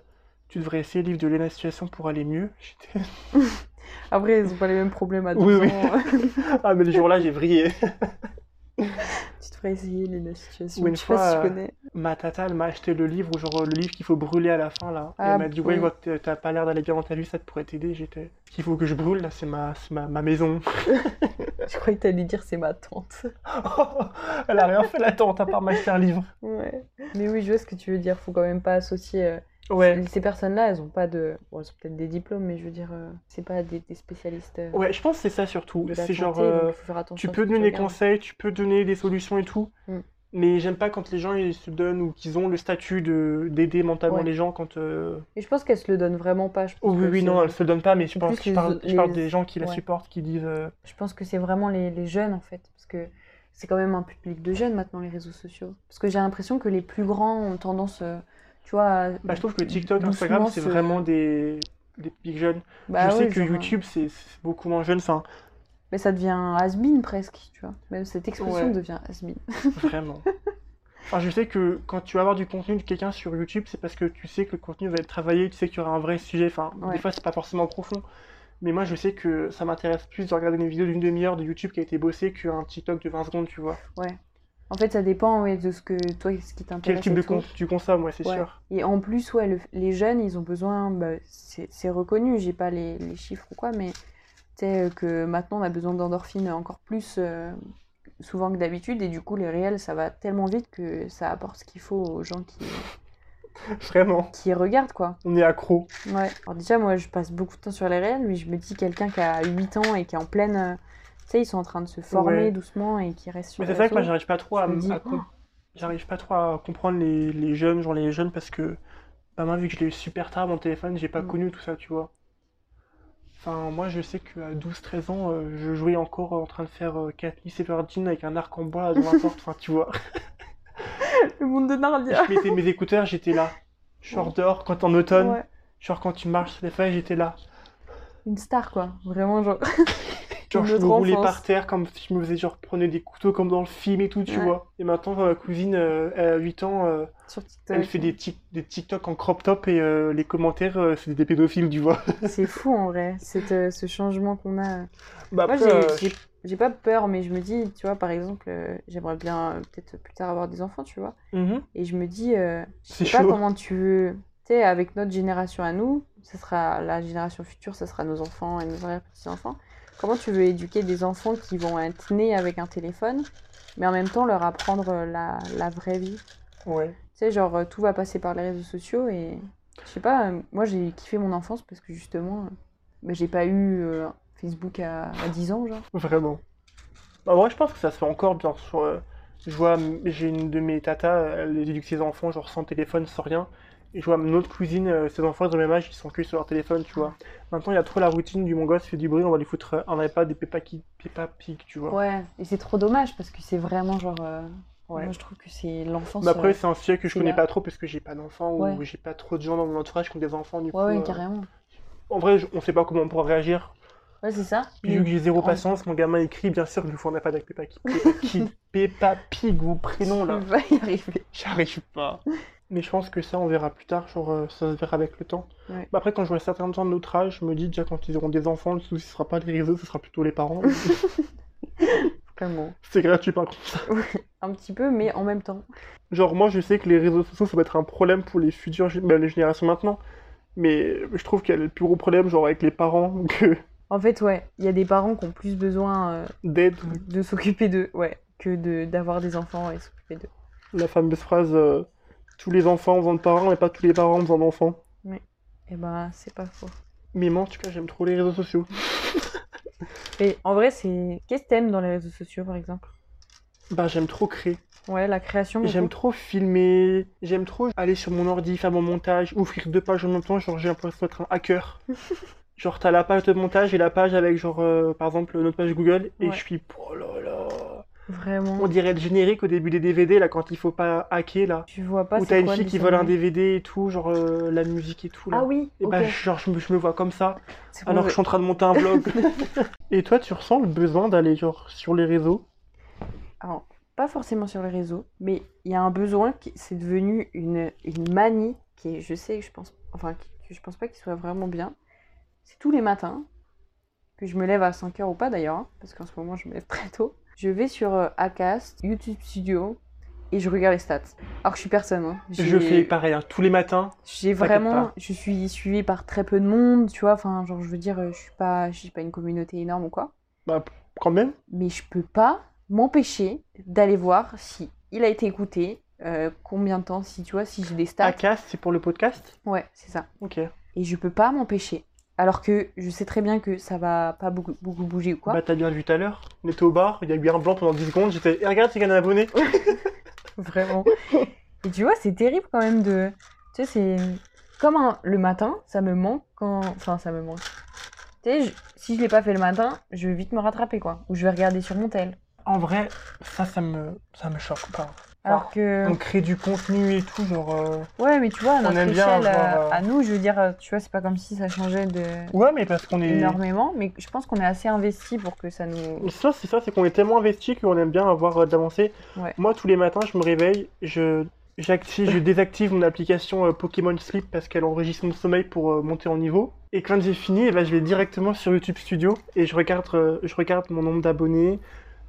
Speaker 2: tu devrais essayer le livre de Léna Situation pour aller mieux, j'étais.
Speaker 1: Après, ils ont pas les mêmes problèmes à 12
Speaker 2: Oui, oui.
Speaker 1: ans.
Speaker 2: <laughs> ah, mais le jour-là, j'ai vrillé.
Speaker 1: tu te ferais essayer les la situation.
Speaker 2: Ou une
Speaker 1: je sais pas si
Speaker 2: fois, euh,
Speaker 1: tu connais.
Speaker 2: <laughs> Ma tata, elle m'a acheté le livre, genre euh, le livre qu'il faut brûler à la fin, là. Et
Speaker 1: Ah,
Speaker 2: elle m'a dit, ouais,
Speaker 1: oui.
Speaker 2: je vois que t'as- t'as pas l'air d'aller bien dans ta vie, ça te pourrait t'aider. J'étais. Ce qu'il faut que je brûle, là, c'est ma, c'est ma, ma maison. <laughs>
Speaker 1: Je croyais que t'allais dire c'est ma tante.
Speaker 2: elle a rien fait, la tante, à part m'acheter un livre.
Speaker 1: Ouais. Mais oui, je vois ce que tu veux dire. Faut quand même pas associer. euh,
Speaker 2: Ouais.
Speaker 1: Ces personnes-là, elles ont pas de. Bon, elles ont peut-être des diplômes, mais je veux dire, euh, c'est pas des, des spécialistes. euh,
Speaker 2: Ouais, je pense que c'est ça surtout.
Speaker 1: de la
Speaker 2: C'est
Speaker 1: santé,
Speaker 2: genre.
Speaker 1: donc
Speaker 2: euh,
Speaker 1: faut faire attention
Speaker 2: Tu
Speaker 1: à ce
Speaker 2: peux
Speaker 1: que
Speaker 2: donner des
Speaker 1: regardes.
Speaker 2: conseils, tu peux donner des solutions et tout,
Speaker 1: Mm.
Speaker 2: mais j'aime pas quand les gens ils se donnent ou qu'ils ont le statut de d'aider mentalement
Speaker 1: Ouais.
Speaker 2: les gens quand. euh,
Speaker 1: Et je pense qu'elles se le donnent vraiment pas. Je pense
Speaker 2: Oh oui,
Speaker 1: que
Speaker 2: oui,
Speaker 1: c'est-
Speaker 2: non, elle se le donne pas, mais je, pense,
Speaker 1: plus
Speaker 2: je,
Speaker 1: les-
Speaker 2: parle, je parle
Speaker 1: les-
Speaker 2: des gens qui la
Speaker 1: ouais.
Speaker 2: supportent, qui disent. euh,
Speaker 1: Je pense que c'est vraiment les, les jeunes en fait, parce que c'est quand même un public de jeunes maintenant les réseaux sociaux. Parce que j'ai l'impression que les plus grands ont tendance, euh, tu vois, à-
Speaker 2: Bah, je trouve que TikTok,
Speaker 1: doucement
Speaker 2: Instagram, c'est
Speaker 1: se-
Speaker 2: vraiment des, des petits jeunes.
Speaker 1: Bah
Speaker 2: je
Speaker 1: ouais,
Speaker 2: sais que
Speaker 1: genre,
Speaker 2: YouTube, c'est c'est beaucoup moins jeune, enfin,
Speaker 1: Mais ça devient un has-been presque, tu vois. Même cette expression
Speaker 2: Ouais.
Speaker 1: devient has-been.
Speaker 2: vraiment. Enfin, je sais que quand tu vas avoir du contenu de quelqu'un sur YouTube, c'est parce que tu sais que le contenu va être travaillé, tu sais qu'il y aura un vrai sujet. Enfin,
Speaker 1: Ouais.
Speaker 2: des fois, c'est pas forcément profond. Mais moi, je sais que ça m'intéresse plus de regarder une vidéo d'une demi-heure de YouTube qui a été bossée qu'un TikTok de 20 secondes, tu vois.
Speaker 1: En fait, ça dépend ouais, de ce que toi, ce qui t'intéresse.
Speaker 2: Quel type
Speaker 1: et
Speaker 2: de
Speaker 1: tout.
Speaker 2: contenu tu consommes, ouais, c'est
Speaker 1: Ouais.
Speaker 2: sûr. <laughs>
Speaker 1: Et en plus, ouais, le- les jeunes, ils ont besoin, bah, c'est c'est reconnu, j'ai pas les, les chiffres ou quoi, mais tu sais euh, que maintenant on a besoin d'endorphines encore plus euh, souvent que d'habitude, et du coup, les réels, ça va tellement vite que ça apporte ce qu'il faut aux gens qui,
Speaker 2: Vraiment,
Speaker 1: qui regardent, quoi.
Speaker 2: on est accro.
Speaker 1: Ouais. Alors déjà, moi, je passe beaucoup de temps sur les réels, mais je me dis quelqu'un qui a 8 ans et qui est en pleine... euh, Tu sais, ils sont en train de se former
Speaker 2: Ouais.
Speaker 1: doucement et qui restent sur
Speaker 2: Mais
Speaker 1: les
Speaker 2: c'est vrai que moi,
Speaker 1: réseaux.
Speaker 2: j'arrive pas trop à,
Speaker 1: Je me dis,
Speaker 2: à com- j'arrive pas trop à comprendre les, les jeunes, genre les jeunes, parce que bah, moi, vu que je l'ai eu super tard, mon téléphone, j'ai pas
Speaker 1: Mm.
Speaker 2: connu tout ça, tu vois. Enfin, moi, je sais qu'à 12-13 ans, euh, je jouais encore en train de faire euh, Katniss Everdeen avec un arc en bois dans
Speaker 1: <laughs>
Speaker 2: la porte, enfin, tu vois.
Speaker 1: Le monde de
Speaker 2: <laughs>
Speaker 1: Narnia
Speaker 2: Je mettais mes écouteurs, j'étais là. Genre dehors, quand en automne,
Speaker 1: Ouais.
Speaker 2: genre quand tu marches sur les feuilles, j'étais là.
Speaker 1: Une star, quoi. Vraiment, genre... <laughs>
Speaker 2: Genre, je
Speaker 1: Notre
Speaker 2: me roulais
Speaker 1: enfance.
Speaker 2: par terre comme si je me faisais, genre, prenais des couteaux comme dans le film et tout, tu
Speaker 1: Ouais.
Speaker 2: vois. Et maintenant, ma cousine, euh, elle a 8 ans, euh,
Speaker 1: Sur TikTok.
Speaker 2: elle fait des, tic- des TikTok en crop top et euh, les commentaires, euh, c'est des pédophiles, tu vois.
Speaker 1: <laughs> C'est fou en vrai, cette, euh, ce changement qu'on a.
Speaker 2: <laughs> Bah,
Speaker 1: Moi,
Speaker 2: après,
Speaker 1: j'ai-
Speaker 2: euh,
Speaker 1: j'ai j'ai pas peur, mais je me dis, tu vois, par exemple, euh, j'aimerais bien euh, peut-être plus tard avoir des enfants, tu vois.
Speaker 2: mhm,
Speaker 1: Et je me dis, euh,
Speaker 2: c'est
Speaker 1: je sais pas
Speaker 2: chaud.
Speaker 1: comment tu veux. Tu sais, avec notre génération à nous, ça sera la génération future, ça sera nos enfants et nos arrière-petits-enfants. Comment tu veux éduquer des enfants qui vont être nés avec un téléphone, mais en même temps leur apprendre euh, la, la vraie vie
Speaker 2: Ouais.
Speaker 1: Tu sais, genre, euh, tout va passer par les réseaux sociaux et je sais pas, euh, moi j'ai kiffé mon enfance parce que justement, euh, bah, j'ai pas eu euh, Facebook à, à 10 ans, genre.
Speaker 2: Vraiment. Bah, moi, je pense que ça se fait encore, bien sûr. euh, je vois, m- j'ai une de mes tatas, elle éduque ses enfants, genre sans téléphone, sans rien. Et je vois mon autre cousine, euh, ses enfants, ils ont le même âge, ils sont que sur leur téléphone, tu vois. Maintenant, il y a trop la routine du mon gosse fait du bruit, on va lui foutre euh, un iPad et Peppa, Ki- Peppa Pig, tu vois.
Speaker 1: Ouais, et c'est trop dommage parce que c'est vraiment genre. euh,
Speaker 2: Ouais.
Speaker 1: Moi je trouve que c'est l'enfance.
Speaker 2: Mais après,
Speaker 1: euh,
Speaker 2: c'est un sujet que je
Speaker 1: c'est
Speaker 2: connais
Speaker 1: là.
Speaker 2: pas trop parce que j'ai pas d'enfants ou
Speaker 1: Ouais.
Speaker 2: j'ai pas trop de gens dans mon entourage qui ont des enfants, du coup.
Speaker 1: Ouais, ouais,
Speaker 2: euh,
Speaker 1: carrément.
Speaker 2: En vrai, je- on sait pas comment on pourra réagir.
Speaker 1: Ouais, c'est ça.
Speaker 2: Puis vu que j'ai zéro
Speaker 1: prendre-
Speaker 2: patience, mon gamin écrit, bien sûr, je lui fous un iPad avec Peppa Pig. Peppa Pig, Peppa Pig, vos
Speaker 1: <laughs>
Speaker 2: prénoms là.
Speaker 1: Tu vas y arriver.
Speaker 2: J'arrive pas. Mais je pense que ça, on verra plus tard, genre euh, ça se verra avec le temps.
Speaker 1: Ouais.
Speaker 2: Bah après, quand j'aurai certains temps de notre âge, je me dis déjà quand ils auront des enfants, le souci sera pas les réseaux, ce sera plutôt les parents. <laughs>
Speaker 1: Vraiment.
Speaker 2: c'est gratuit par contre.
Speaker 1: Un petit peu, mais en même temps.
Speaker 2: Genre moi, je sais que les réseaux sociaux, ça va être un problème pour les futures gé- bah, les générations maintenant. Mais je trouve qu'il y a le plus gros problème, genre avec les parents, <laughs> que
Speaker 1: En fait, ouais, il y a des parents qui ont plus besoin euh,
Speaker 2: d'aide.
Speaker 1: de s'occuper d'eux, ouais, que de- d'avoir des enfants et s'occuper d'eux.
Speaker 2: La fameuse phrase euh, Tous les enfants ont besoin de parents, mais pas tous les parents ont besoin d'enfants.
Speaker 1: Et ben, c'est pas faux.
Speaker 2: Mais moi, en tout cas, j'aime trop les réseaux sociaux.
Speaker 1: Et en vrai, c'est. Qu'est-ce que t'aimes dans les réseaux sociaux, par exemple
Speaker 2: Bah, j'aime trop créer.
Speaker 1: Ouais, la création. beaucoup.
Speaker 2: J'aime trop filmer, j'aime trop aller sur mon ordi, faire mon montage, ouvrir deux pages en même temps, genre j'ai l'impression d'être un
Speaker 1: <laughs>
Speaker 2: hacker. genre t'as la page de montage et la page avec genre euh, par exemple notre page Google et
Speaker 1: Ouais.
Speaker 2: je suis oh là là.
Speaker 1: Vraiment.
Speaker 2: On dirait le générique au début des DVD là quand il faut pas hacker là.
Speaker 1: Tu vois pas
Speaker 2: Où
Speaker 1: c'est
Speaker 2: t'as une
Speaker 1: quoi,
Speaker 2: fille
Speaker 1: le
Speaker 2: qui vole un
Speaker 1: dessin animé.
Speaker 2: DVD et tout, genre euh, la musique et tout là.
Speaker 1: Ah oui,
Speaker 2: Et
Speaker 1: ok.
Speaker 2: bah genre je me, je me vois comme ça
Speaker 1: C'est
Speaker 2: alors que
Speaker 1: bon,
Speaker 2: je suis en train de monter
Speaker 1: <laughs>
Speaker 2: un vlog. et toi tu ressens le besoin d'aller genre sur les réseaux
Speaker 1: Alors, pas forcément sur les réseaux, mais il y a un besoin qui c'est devenu une, une manie qui est, je sais, je pense, enfin, qui- que je pense pas qu'il soit vraiment bien. C'est tous les matins que je me lève à 5h ou pas d'ailleurs, hein, parce qu'en ce moment je me lève <laughs> très tôt. Je vais sur euh, Acast, YouTube Studio et je regarde les stats. Alors que je suis personne. hein.
Speaker 2: Je
Speaker 1: J'ai-
Speaker 2: fais pareil hein, tous les matins.
Speaker 1: J'ai
Speaker 2: T'inquiète
Speaker 1: vraiment,
Speaker 2: pas.
Speaker 1: je suis suivie par très peu de monde, tu vois. Enfin, genre, je veux dire, euh, je suis pas, j'ai pas une communauté énorme ou quoi.
Speaker 2: Bah quand même.
Speaker 1: Mais je peux pas m'empêcher d'aller voir si il a été écouté, euh, combien de temps, si tu vois, si j'ai des stats.
Speaker 2: Acast, c'est pour le podcast
Speaker 1: Ouais, c'est ça.
Speaker 2: Ok.
Speaker 1: Et je peux pas m'empêcher. Alors que je sais très bien que ça va pas beaucoup, beaucoup bouger ou quoi.
Speaker 2: bah t'as bien vu tout à l'heure, on était au bar, il y a eu un blanc pendant 10 secondes, j'étais Eh, regarde, il y a un abonné.
Speaker 1: Vraiment. <laughs> Et tu vois, c'est terrible quand même de. Tu sais, c'est. Comme un- le matin, ça me manque quand. Enfin, ça me manque. Tu sais, je- si je l'ai pas fait le matin, je vais vite me rattraper, quoi. Ou je vais regarder sur mon tel.
Speaker 2: En vrai, ça, ça me, ça me choque pas. Oh.
Speaker 1: Alors que.
Speaker 2: On crée du contenu et tout, genre. euh,
Speaker 1: Ouais, mais tu vois, à notre
Speaker 2: aime
Speaker 1: échelle,
Speaker 2: bien avoir,
Speaker 1: euh,
Speaker 2: euh,
Speaker 1: à nous, je veux dire, euh, tu vois, c'est pas comme si ça changeait de...
Speaker 2: Ouais, mais parce qu'on est.
Speaker 1: énormément, mais je pense qu'on est assez investi pour que ça nous.
Speaker 2: Mais Ça, c'est ça, c'est qu'on est tellement investi qu'on aime bien avoir euh, de l'avancée.
Speaker 1: Ouais.
Speaker 2: Moi, tous les matins, je me réveille, je, j'active, je désactive mon application euh, Pokémon Sleep parce qu'elle enregistre mon sommeil pour euh, monter en niveau. Et quand j'ai fini, eh ben, je vais directement sur YouTube Studio et je regarde, euh, je regarde mon nombre d'abonnés,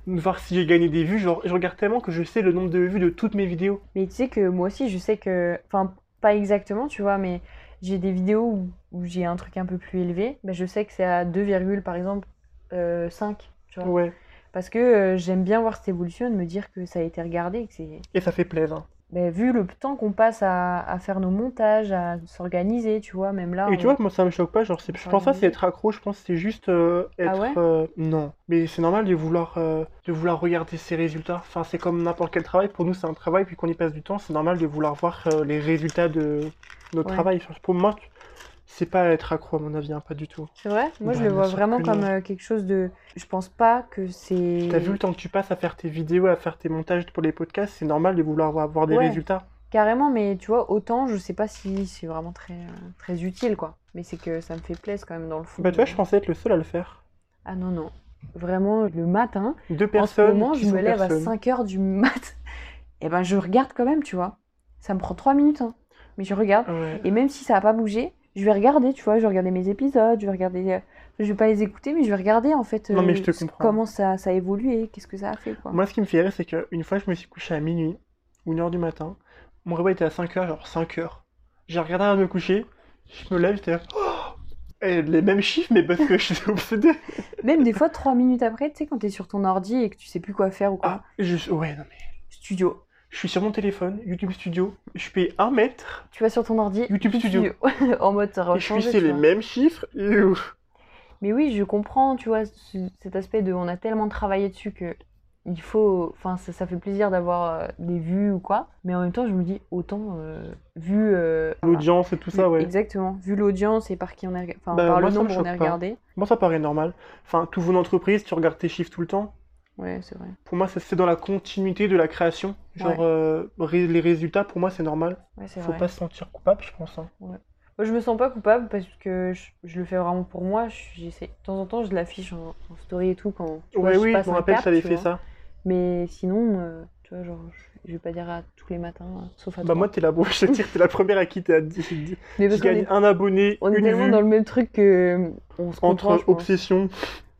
Speaker 2: voir si j'ai gagné des vues. Genre, je regarde tellement que je sais le nombre de vues de toutes mes vidéos.
Speaker 1: Mais tu sais que moi aussi, je sais que. Enfin, pas exactement, tu vois, mais j'ai des vidéos où, où j'ai un truc un peu plus élevé. Ben, je sais que c'est à 2, virgule, par exemple, euh, 5. Tu vois.
Speaker 2: Ouais.
Speaker 1: Parce que euh, j'aime bien voir cette évolution et de me dire que ça a été regardé. et Que c'est...
Speaker 2: Et ça fait plaisir.
Speaker 1: Ben, vu le temps qu'on passe à, à faire nos montages, à s'organiser, tu vois, même là.
Speaker 2: et
Speaker 1: on-
Speaker 2: tu vois, moi, ça me choque pas. Genre, c'est- je
Speaker 1: Sur
Speaker 2: pense
Speaker 1: la
Speaker 2: pas c'est
Speaker 1: musique.
Speaker 2: être accro. Je pense que c'est juste euh, être.
Speaker 1: Ah ouais
Speaker 2: euh, non. Mais c'est normal de vouloir, euh, de vouloir regarder ses résultats. Enfin, c'est comme n'importe quel travail. Pour nous, c'est un travail. Puis qu'on y passe du temps, c'est normal de vouloir voir euh, les résultats de notre
Speaker 1: Ouais.
Speaker 2: travail. Enfin, pour moi, c'est pas être accro, à mon avis, hein, pas du tout.
Speaker 1: C'est vrai Moi, je
Speaker 2: Bah,
Speaker 1: le
Speaker 2: bien
Speaker 1: vois
Speaker 2: sûr
Speaker 1: vraiment
Speaker 2: que
Speaker 1: comme
Speaker 2: non.
Speaker 1: euh, quelque chose de. Je pense pas que c'est.
Speaker 2: T'as vu le temps que tu passes à faire tes vidéos, à faire tes montages pour les podcasts, c'est normal de vouloir avoir- avoir des
Speaker 1: Ouais.
Speaker 2: résultats.
Speaker 1: Carrément, mais tu vois, autant, je sais pas si c'est vraiment très, euh, très utile, quoi. Mais c'est que ça me fait plaisir quand même dans le fond.
Speaker 2: Bah, tu vois, je pensais être le seul à le faire.
Speaker 1: Ah non, non. vraiment le matin. En
Speaker 2: Deux
Speaker 1: ce
Speaker 2: personnes.
Speaker 1: moment,
Speaker 2: qui
Speaker 1: je me
Speaker 2: sont
Speaker 1: lève à
Speaker 2: personnes.
Speaker 1: 5 heures du <laughs> mat. Et ben, je regarde quand même, tu vois. Ça me prend 3 minutes, hein. mais je regarde.
Speaker 2: Ouais.
Speaker 1: Et même si ça n'a pas bougé, je vais regarder, tu vois. Je vais regarder mes épisodes, je vais regarder. euh, Je vais pas les écouter, mais je vais regarder en fait
Speaker 2: Non, mais
Speaker 1: euh,
Speaker 2: je te
Speaker 1: ce-
Speaker 2: comprends.
Speaker 1: comment ça, ça a évolué, qu'est-ce que ça a fait, quoi.
Speaker 2: Moi, ce qui me fait rire, c'est qu'une fois, je me suis couché à minuit ou une heure du matin. Mon réveil était à 5h, genre 5h. J'ai regardé avant de me coucher. Je me lève, j'étais là. <gasps> Oh Et les mêmes chiffres, mais parce que <laughs> je suis obsédé.
Speaker 1: Même des fois, 3 minutes après, tu sais, quand t'es sur ton ordi et que tu sais plus quoi faire ou quoi.
Speaker 2: Ah, je... Ouais, non, mais
Speaker 1: Studio.
Speaker 2: je suis sur mon téléphone, YouTube Studio. Je paye 1 mètre,
Speaker 1: Tu vas sur ton ordi.
Speaker 2: YouTube Studio.
Speaker 1: <laughs> en mode, ça
Speaker 2: Et je suis
Speaker 1: rechangé,
Speaker 2: c'est
Speaker 1: tu
Speaker 2: les
Speaker 1: vois.
Speaker 2: mêmes chiffres. Et où
Speaker 1: Mais oui, je comprends, tu vois, ce- cet aspect de on a tellement travaillé dessus que il faut. Enfin, ça, ça fait plaisir d'avoir euh, des vues ou quoi. Mais en même temps, je me dis, autant euh, vu. euh,
Speaker 2: L'audience et tout
Speaker 1: voilà,
Speaker 2: ça,
Speaker 1: vu-
Speaker 2: ouais.
Speaker 1: Exactement, vu l'audience et par qui on est. Enfin,
Speaker 2: Bah,
Speaker 1: par le
Speaker 2: moi, ça me
Speaker 1: nombre on
Speaker 2: choque
Speaker 1: est
Speaker 2: pas.
Speaker 1: regardé.
Speaker 2: Moi, ça paraît normal. Enfin, tout une entreprise, tu regardes tes chiffres tout le temps.
Speaker 1: Ouais, c'est vrai.
Speaker 2: Pour moi, ça, c'est dans la continuité de la création. Genre, euh, ré- les résultats, pour moi, c'est normal.
Speaker 1: Ouais, c'est
Speaker 2: Faut
Speaker 1: vrai.
Speaker 2: pas se sentir coupable, je pense. hein.
Speaker 1: Moi, je me sens pas coupable parce que je, je le fais vraiment pour moi. Je- J'essaie. De temps en temps, je l'affiche en, en story et tout quand. tu vois,
Speaker 2: Ouais,
Speaker 1: je
Speaker 2: oui,
Speaker 1: passe
Speaker 2: je me
Speaker 1: un
Speaker 2: rappelle,
Speaker 1: cap,
Speaker 2: ça avait
Speaker 1: tu
Speaker 2: fait
Speaker 1: vois.
Speaker 2: ça.
Speaker 1: Mais sinon, euh, tu vois, genre, je- je vais pas dire à tous les matins, euh, sauf à
Speaker 2: Bah,
Speaker 1: toi.
Speaker 2: moi, t'es la, <laughs> je te dire, t'es la première à qui t'es à dix- dix-
Speaker 1: Mais
Speaker 2: qui
Speaker 1: parce qu'on
Speaker 2: gagne
Speaker 1: est,
Speaker 2: un abonné,
Speaker 1: on est
Speaker 2: une
Speaker 1: tellement
Speaker 2: vue,
Speaker 1: dans le même truc que on se comprend,
Speaker 2: entre
Speaker 1: je pense.
Speaker 2: obsession.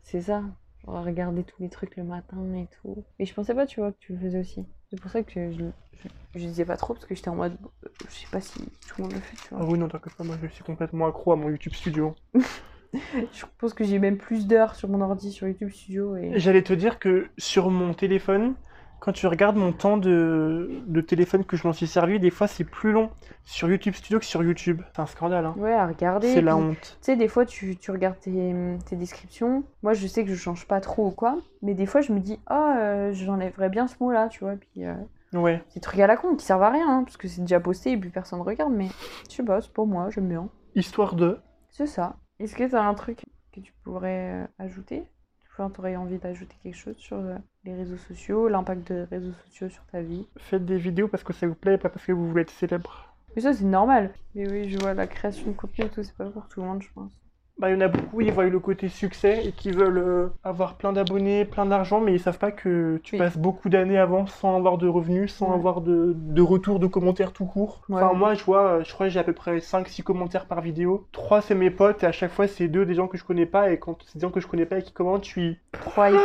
Speaker 1: C'est ça. Genre, regarder tous les trucs le matin et tout. Et je pensais pas, tu vois, que tu le faisais aussi. C'est pour ça que je, je, je disais pas trop parce que j'étais en mode, euh, je sais pas si tout le monde le fait, tu
Speaker 2: Ah
Speaker 1: vois.
Speaker 2: oui, non, t'inquiète pas, moi, je suis complètement accro à mon YouTube Studio.
Speaker 1: Je pense que j'ai même plus d'heures sur mon ordi, sur YouTube Studio et.
Speaker 2: J'allais te dire que sur mon téléphone, quand tu regardes mon temps de, de téléphone que je m'en suis servi, des fois, c'est plus long sur YouTube Studio que sur YouTube. C'est un scandale, hein.
Speaker 1: Ouais, à regarder.
Speaker 2: C'est
Speaker 1: puis-
Speaker 2: la honte.
Speaker 1: Tu sais, des fois, tu, tu regardes tes, tes descriptions. Moi, je sais que je change pas trop ou quoi. Mais des fois, je me dis, ah, euh, j'enlèverais bien ce mot-là, tu vois. Puis, euh,
Speaker 2: Ouais.
Speaker 1: ces trucs à la con qui servent à rien, hein, parce que c'est déjà posté et puis personne regarde. Mais je sais pas, c'est pour moi, j'aime bien.
Speaker 2: Histoire de.
Speaker 1: C'est ça. Est-ce que t'as un truc que tu pourrais euh, ajouter Enfin, t'aurais envie d'ajouter quelque chose sur euh, les réseaux sociaux, l'impact des réseaux sociaux sur ta vie
Speaker 2: Faites des vidéos parce que ça vous plaît, pas parce que vous voulez être célèbre.
Speaker 1: Mais ça, c'est normal. Mais oui, je vois la création de contenu et tout, c'est pas pour tout le monde, je pense.
Speaker 2: Bah, il y en a beaucoup, ils voient le côté succès et qui veulent euh, avoir plein d'abonnés, plein d'argent, mais ils savent pas que tu
Speaker 1: Oui.
Speaker 2: passes beaucoup d'années avant sans avoir de revenus, sans
Speaker 1: Ouais.
Speaker 2: avoir de, de retour de commentaires tout court.
Speaker 1: Ouais.
Speaker 2: Enfin, moi, je vois, euh, je crois que j'ai à peu près 5-6 commentaires par vidéo. 3 c'est mes potes et à chaque fois, c'est deux des gens que je connais pas. Et quand c'est des gens que je connais pas et qui commentent, je suis.
Speaker 1: 3 IP.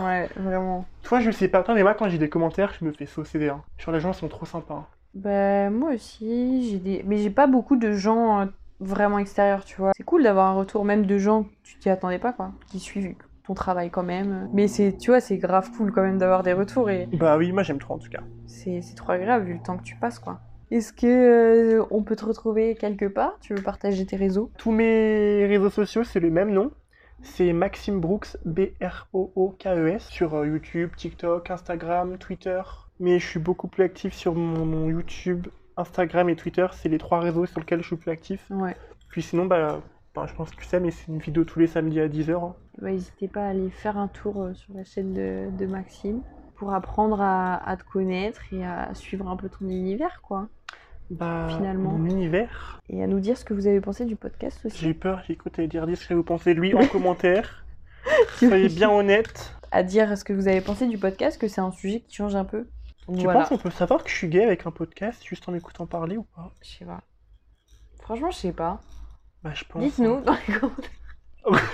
Speaker 1: Ouais, vraiment.
Speaker 2: Toi, je sais pas, Attends, mais moi, quand j'ai des commentaires, je me fais saucer des. uns. Genre, les gens sont trop sympas. hein.
Speaker 1: Bah, moi aussi, j'ai des... Mais j'ai pas beaucoup de gens euh, vraiment extérieurs, tu vois. C'est cool d'avoir un retour même de gens que tu t'y attendais pas, quoi. Qui suivent ton travail quand même. Mais c'est, tu vois, c'est grave cool quand même d'avoir des retours et
Speaker 2: Bah oui, moi, j'aime trop en tout cas.
Speaker 1: c'est, c'est trop agréable vu le temps que tu passes, quoi. Est-ce que euh, on peut te retrouver quelque part? Tu veux partager tes réseaux?
Speaker 2: Tous mes réseaux sociaux, c'est le même nom. C'est Maxime Brooks, B-R-O-O-K-E-S, sur euh, YouTube, TikTok, Instagram, Twitter. Mais je suis beaucoup plus actif sur mon, mon YouTube, Instagram et Twitter. C'est les trois réseaux sur lesquels je suis plus actif.
Speaker 1: Ouais.
Speaker 2: Puis sinon, bah, bah, je pense que tu sais, mais c'est une vidéo tous les samedis à 10h. hein.
Speaker 1: Bah, n'hésitez pas à aller faire un tour euh, sur la chaîne de, de Maxime pour apprendre à, à te connaître et à suivre un peu ton univers, quoi.
Speaker 2: Bah,
Speaker 1: Finalement.
Speaker 2: Mon univers.
Speaker 1: Et à nous dire ce que vous avez pensé du podcast aussi.
Speaker 2: J'ai eu peur, j'ai écouté dire dire ce que vous pensez de
Speaker 1: <laughs>
Speaker 2: lui en commentaire. Soyez bien honnête.
Speaker 1: à dire ce que vous avez pensé du podcast, que c'est un sujet qui change un peu. Donc
Speaker 2: Tu
Speaker 1: voilà.
Speaker 2: penses qu'on peut savoir que je suis gay avec un podcast juste en m'écoutant parler ou pas
Speaker 1: Je sais pas. Franchement, je sais pas.
Speaker 2: Bah, je pense.
Speaker 1: Dites-nous dans les commentaires.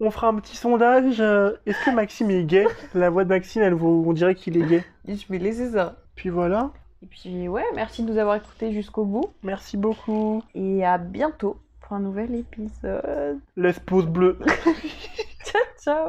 Speaker 2: On fera un petit sondage. euh, Est-ce que Maxime est gay La voix de Maxime, elle vous, on dirait qu'il est gay.
Speaker 1: <laughs> Je vais laisser ça.
Speaker 2: Puis voilà.
Speaker 1: Et puis ouais, merci de nous avoir écoutés jusqu'au bout.
Speaker 2: Merci beaucoup.
Speaker 1: Et à bientôt pour un nouvel épisode.
Speaker 2: Laisse pause bleue.
Speaker 1: Ciao